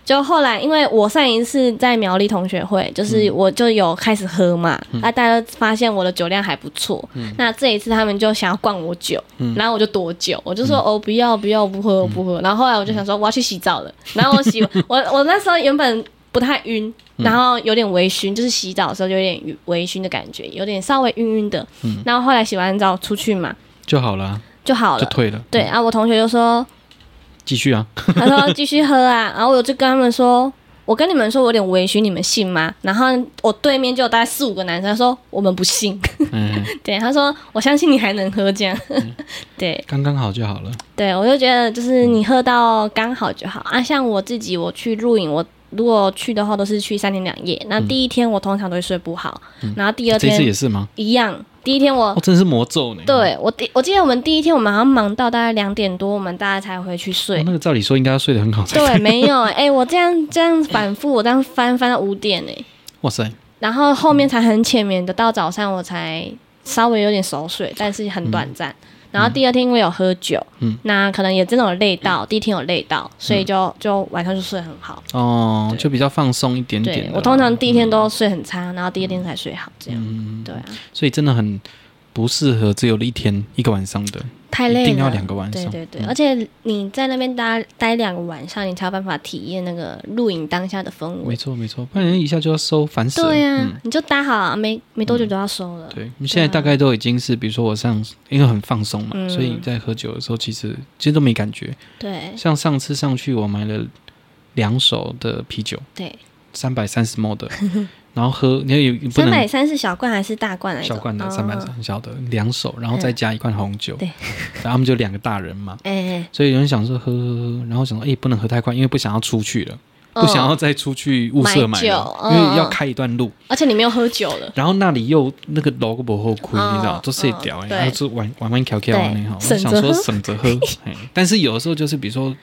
就后来，因为我上一次在苗栗同学会，嗯就是我就有开始喝嘛，那、大家都发现我的酒量还不错，那这一次他们就想要灌我酒，然后我就躲酒，我就说、哦不要不要我不喝我不喝，然后后来我就想说我要去洗澡了，然后我洗我我那时候原本。不太晕，然后有点微醺，就是洗澡的时候就有点微醺的感觉，有点稍微晕晕的。然后后来洗完澡出去嘛就好啦，就好就了，退了。对啊，我同学就说：“继 续啊，他说继续喝啊，然后我就跟他们说，我跟你们说我有点微醺，你们信吗？然后我对面就有大概四五个男生他说我们不信， 嗯，对，他说我相信你还能喝这样， 对刚刚好就好了。对，我就觉得嗯就是你喝到刚好就好啊。像我自己，我去露营，我如果去的话都是去三天两夜，那第一天我通常都会睡不好，然后第二嗯这次天也是吗？一样，第一天我哦，真的是魔咒呢。哦，对我第我记得我们第一天我们好像忙到大概两点多，我们大家才回去睡。哦那个照理说应该要睡得很好才对，没有哎、我这样这样反复，我这样翻翻到五点哎、哇塞，然后后面才很浅眠的，到早上我才稍微有点熟睡，但是很短暂。然后第二天因为有喝酒，嗯那可能也真的有累到，第一天有累到，所以就就晚上就睡很好。哦，就比较放松一点点对的啦。我通常第一天都睡很差，然后第二天才睡好，这样、嗯，对啊，所以真的很不适合只有一天一个晚上的，太累了，一定要两个晚对上。嗯对对，而且你在那边待待两个晚上，你才有办法体验那个露营当下的氛没围。错没错，不然一下就要收，烦死了。对呀、嗯你就搭好、啊，没没多久就要收了。对，现在大概都已经是，比如说我上，因为很放松嘛，嗯所以在喝酒的时候，其实其实都没感觉。对像上次上去，我买了两手的啤酒，对，三百三十 ml 的，然后喝，你也不三百能三是小罐还是大罐来着？小罐的，哦三百。三小的两手，然后再加一罐红酒，对然后他们就两个大人嘛，哎、哎所以有人想说喝喝喝，然后想说哎、不能喝太快，因为不想要出去了，不想要再出去物色买买酒了，因嗯为要开一段路。而且你没有喝酒了，然后那里又那个楼不后亏，嗯你知道，都碎掉嗯哎，对然后就玩玩玩跳跳啊对那好，我省着想喝说省着喝，哎但是有的时候就是比如说。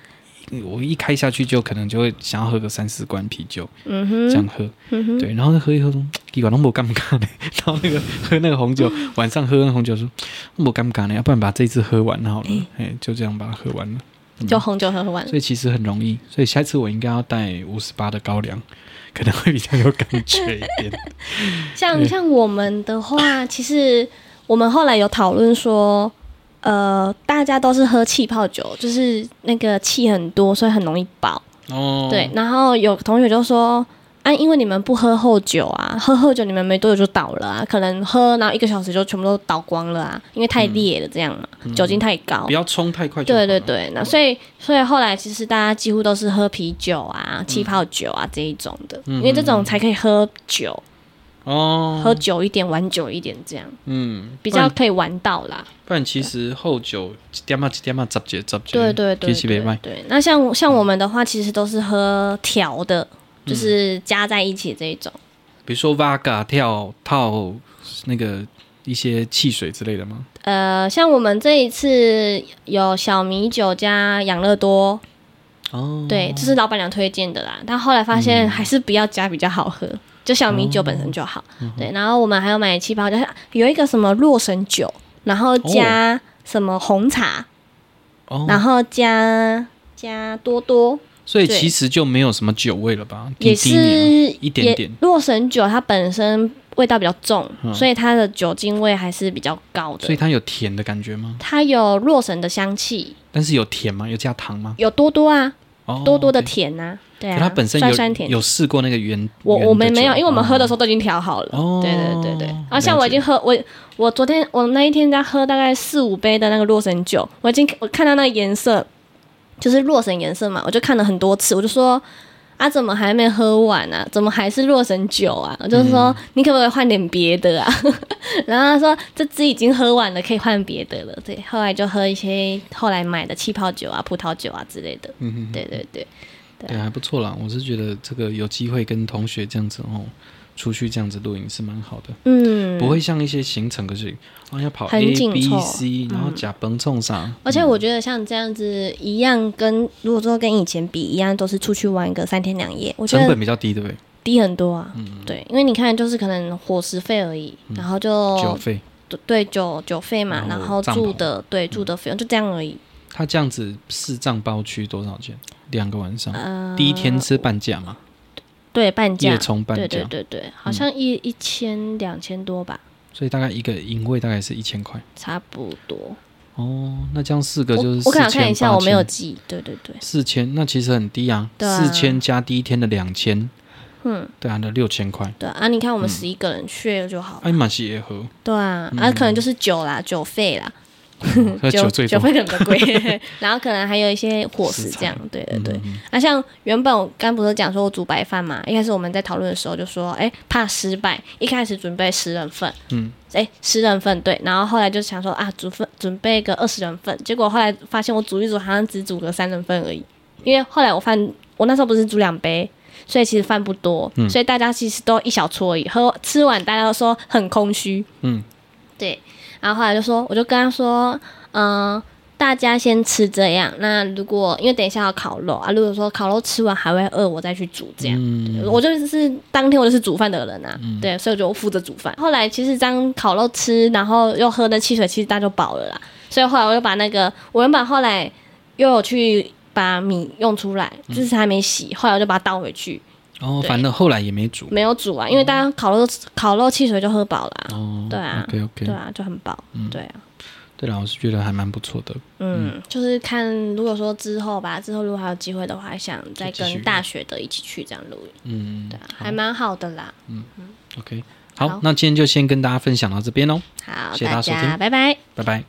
我一开下去就可能就会想要喝个三四罐啤酒，嗯哼，这样喝，嗯哼，对，然后喝一喝，结果都没尴尬呢。 然后那个喝那个红酒，晚上喝那个红酒说没尴尬呢，要不然把这支喝完好了，哎，就这样把它喝完了。就红酒喝完了。所以其实很容易，所以下次我应该要带五十八的高粱，可能会比较有感觉一点。 像像我们的话， 其实我们后来有讨论说，呃，大家都是喝气泡酒，就是那个气很多，所以很容易饱。哦，对，，然后有同学就说。啊，因为你们不喝后酒啊，喝后酒你们没多久就倒了啊，可能喝然后一个小时就全部都倒光了啊，因为太烈了这样嘛，酒精太高不。要冲太快就好对了。对对，嗯那所以所以后来其实大家几乎都是喝啤酒嗯啊、气泡酒啊这一种的，因为这种才可以喝酒，哦，喝久一点、玩久一点，这样嗯，比较不然可以玩到啦。不然其实后酒一点啊嘛一点嘛十节十节，对对对其实对袂歹。对，那像像我们的话，其实都是喝调的，嗯就是加在一起这一种。比如说 Vaga 跳套那个一些汽水之类的吗？呃，像我们这一次有小米酒加养乐多，哦，对，这是老板娘推荐的啦。但后来发现还是不要加比较好喝，就小米酒本身就好。嗯对，然后我们还有买气泡酒，有一个什么洛神酒，然后加什么红茶，然哦，后加加多多，所以对其实就没有什么酒味了吧？也滴滴而已是哦一点点也洛神酒它本身味道比较重，嗯所以它的酒精味还是比较高所以的。它有甜的感觉吗？它有洛神的香气，但是有甜吗？有加糖吗？有多多啊，哦，多多的 OK。甜呐、啊，对可啊，它本身酸酸甜有。有试过那个原，我原我们的没有，酒因为我们喝的哦时候都已经调好了。哦对对对对。了啊，像我已解经喝我我昨天我那一天在喝大概四五杯的那个洛神酒，我已经我看到那个颜色，就是洛神颜色嘛，我就看了很多次，我就说。啊，怎么还没喝完啊？怎么还是洛神酒啊？我就嗯说、你可不可以换点别的啊？ 然后他说这支已经喝完了，可以换别的了。对，后来就喝一些后来买的气泡酒啊、葡萄酒啊之类的。嗯哼对对对，对，还不错啦。我是觉得这个有机会跟同学这样子哦，出去这样子露营是蛮好的，嗯，不会像一些行程可是哦要跑很 A 紧 B 凑嗯 C，然后假崩冲上，而且我觉得像这样子一样跟，如果说跟以前比一样，都是出去玩个三天两夜，我觉成得本比嗯较低，对不对？低很多啊。对，因为你看，就是可能伙食费而已，然后酒就费，对对酒酒费嘛，然然后后帐住篷嗯的对住的费用就这样而已。他这样子四藏包区多少钱？两个晚上，第一天是半价嘛，对，呃半价夜，冲半对对价，嗯对对，好像一一千两千多吧，所以大概一个营位大概是一千块。差不多。哦，那这样四个我就是我可四能看一千下，八我没有千。记。对对对，四千，那其实很低啊，对啊四千加第一天的两千，嗯，对啊，那六千块，对啊，你看我们十一个人去就好了。 哎，马西也合，对啊，啊，可能就是酒啦，酒费啦。喝酒最酒多。费可能比较 贵， 然后可能还有一些伙食这样，对对嗯对。那、像原本我刚不是讲说我煮白饭嘛，一开始我们在讨论的时候就说，哎，怕失败，一开始准备十人份，嗯，哎，十人份对，然后后来就想说啊，煮份准备个二十人份，结果后来发现我煮一煮好像只煮个三人份而已，因为后来我饭我那时候不是煮两杯。所以其实饭不多，嗯所以大家其实都一小撮而已。喝吃完，大家都说很空虚，嗯，对。然后后来就说，我就跟他说，嗯、大家先吃这样。那如果因为等一下要烤肉啊，如果说烤肉吃完还会饿，我再去煮这样。嗯，我就是当天我就是煮饭的人啊，对，所以我就负责煮饭。后来其实这样烤肉吃，然后又喝那汽水，其实大家就饱了啦。所以后来我又把那个，我原本后来又有去把米用出来，只是还没洗，后来我就把它倒回去，哦，反正后来也没煮。没有煮啊，因为大家烤肉烤肉汽水就喝饱了啊、哦，对啊，OK OK，对啊，就很饱，对啊。对了，我是觉得还蛮不错的。嗯，就是看如果说之后吧，之后如果还有机会的话，想再就继续跟大学的一起去这样录音，嗯对啊，还蛮好的啦。 ，OK，好好，那今天就先跟大家分享到这边哦，好，谢谢大大家收听家拜拜。拜拜。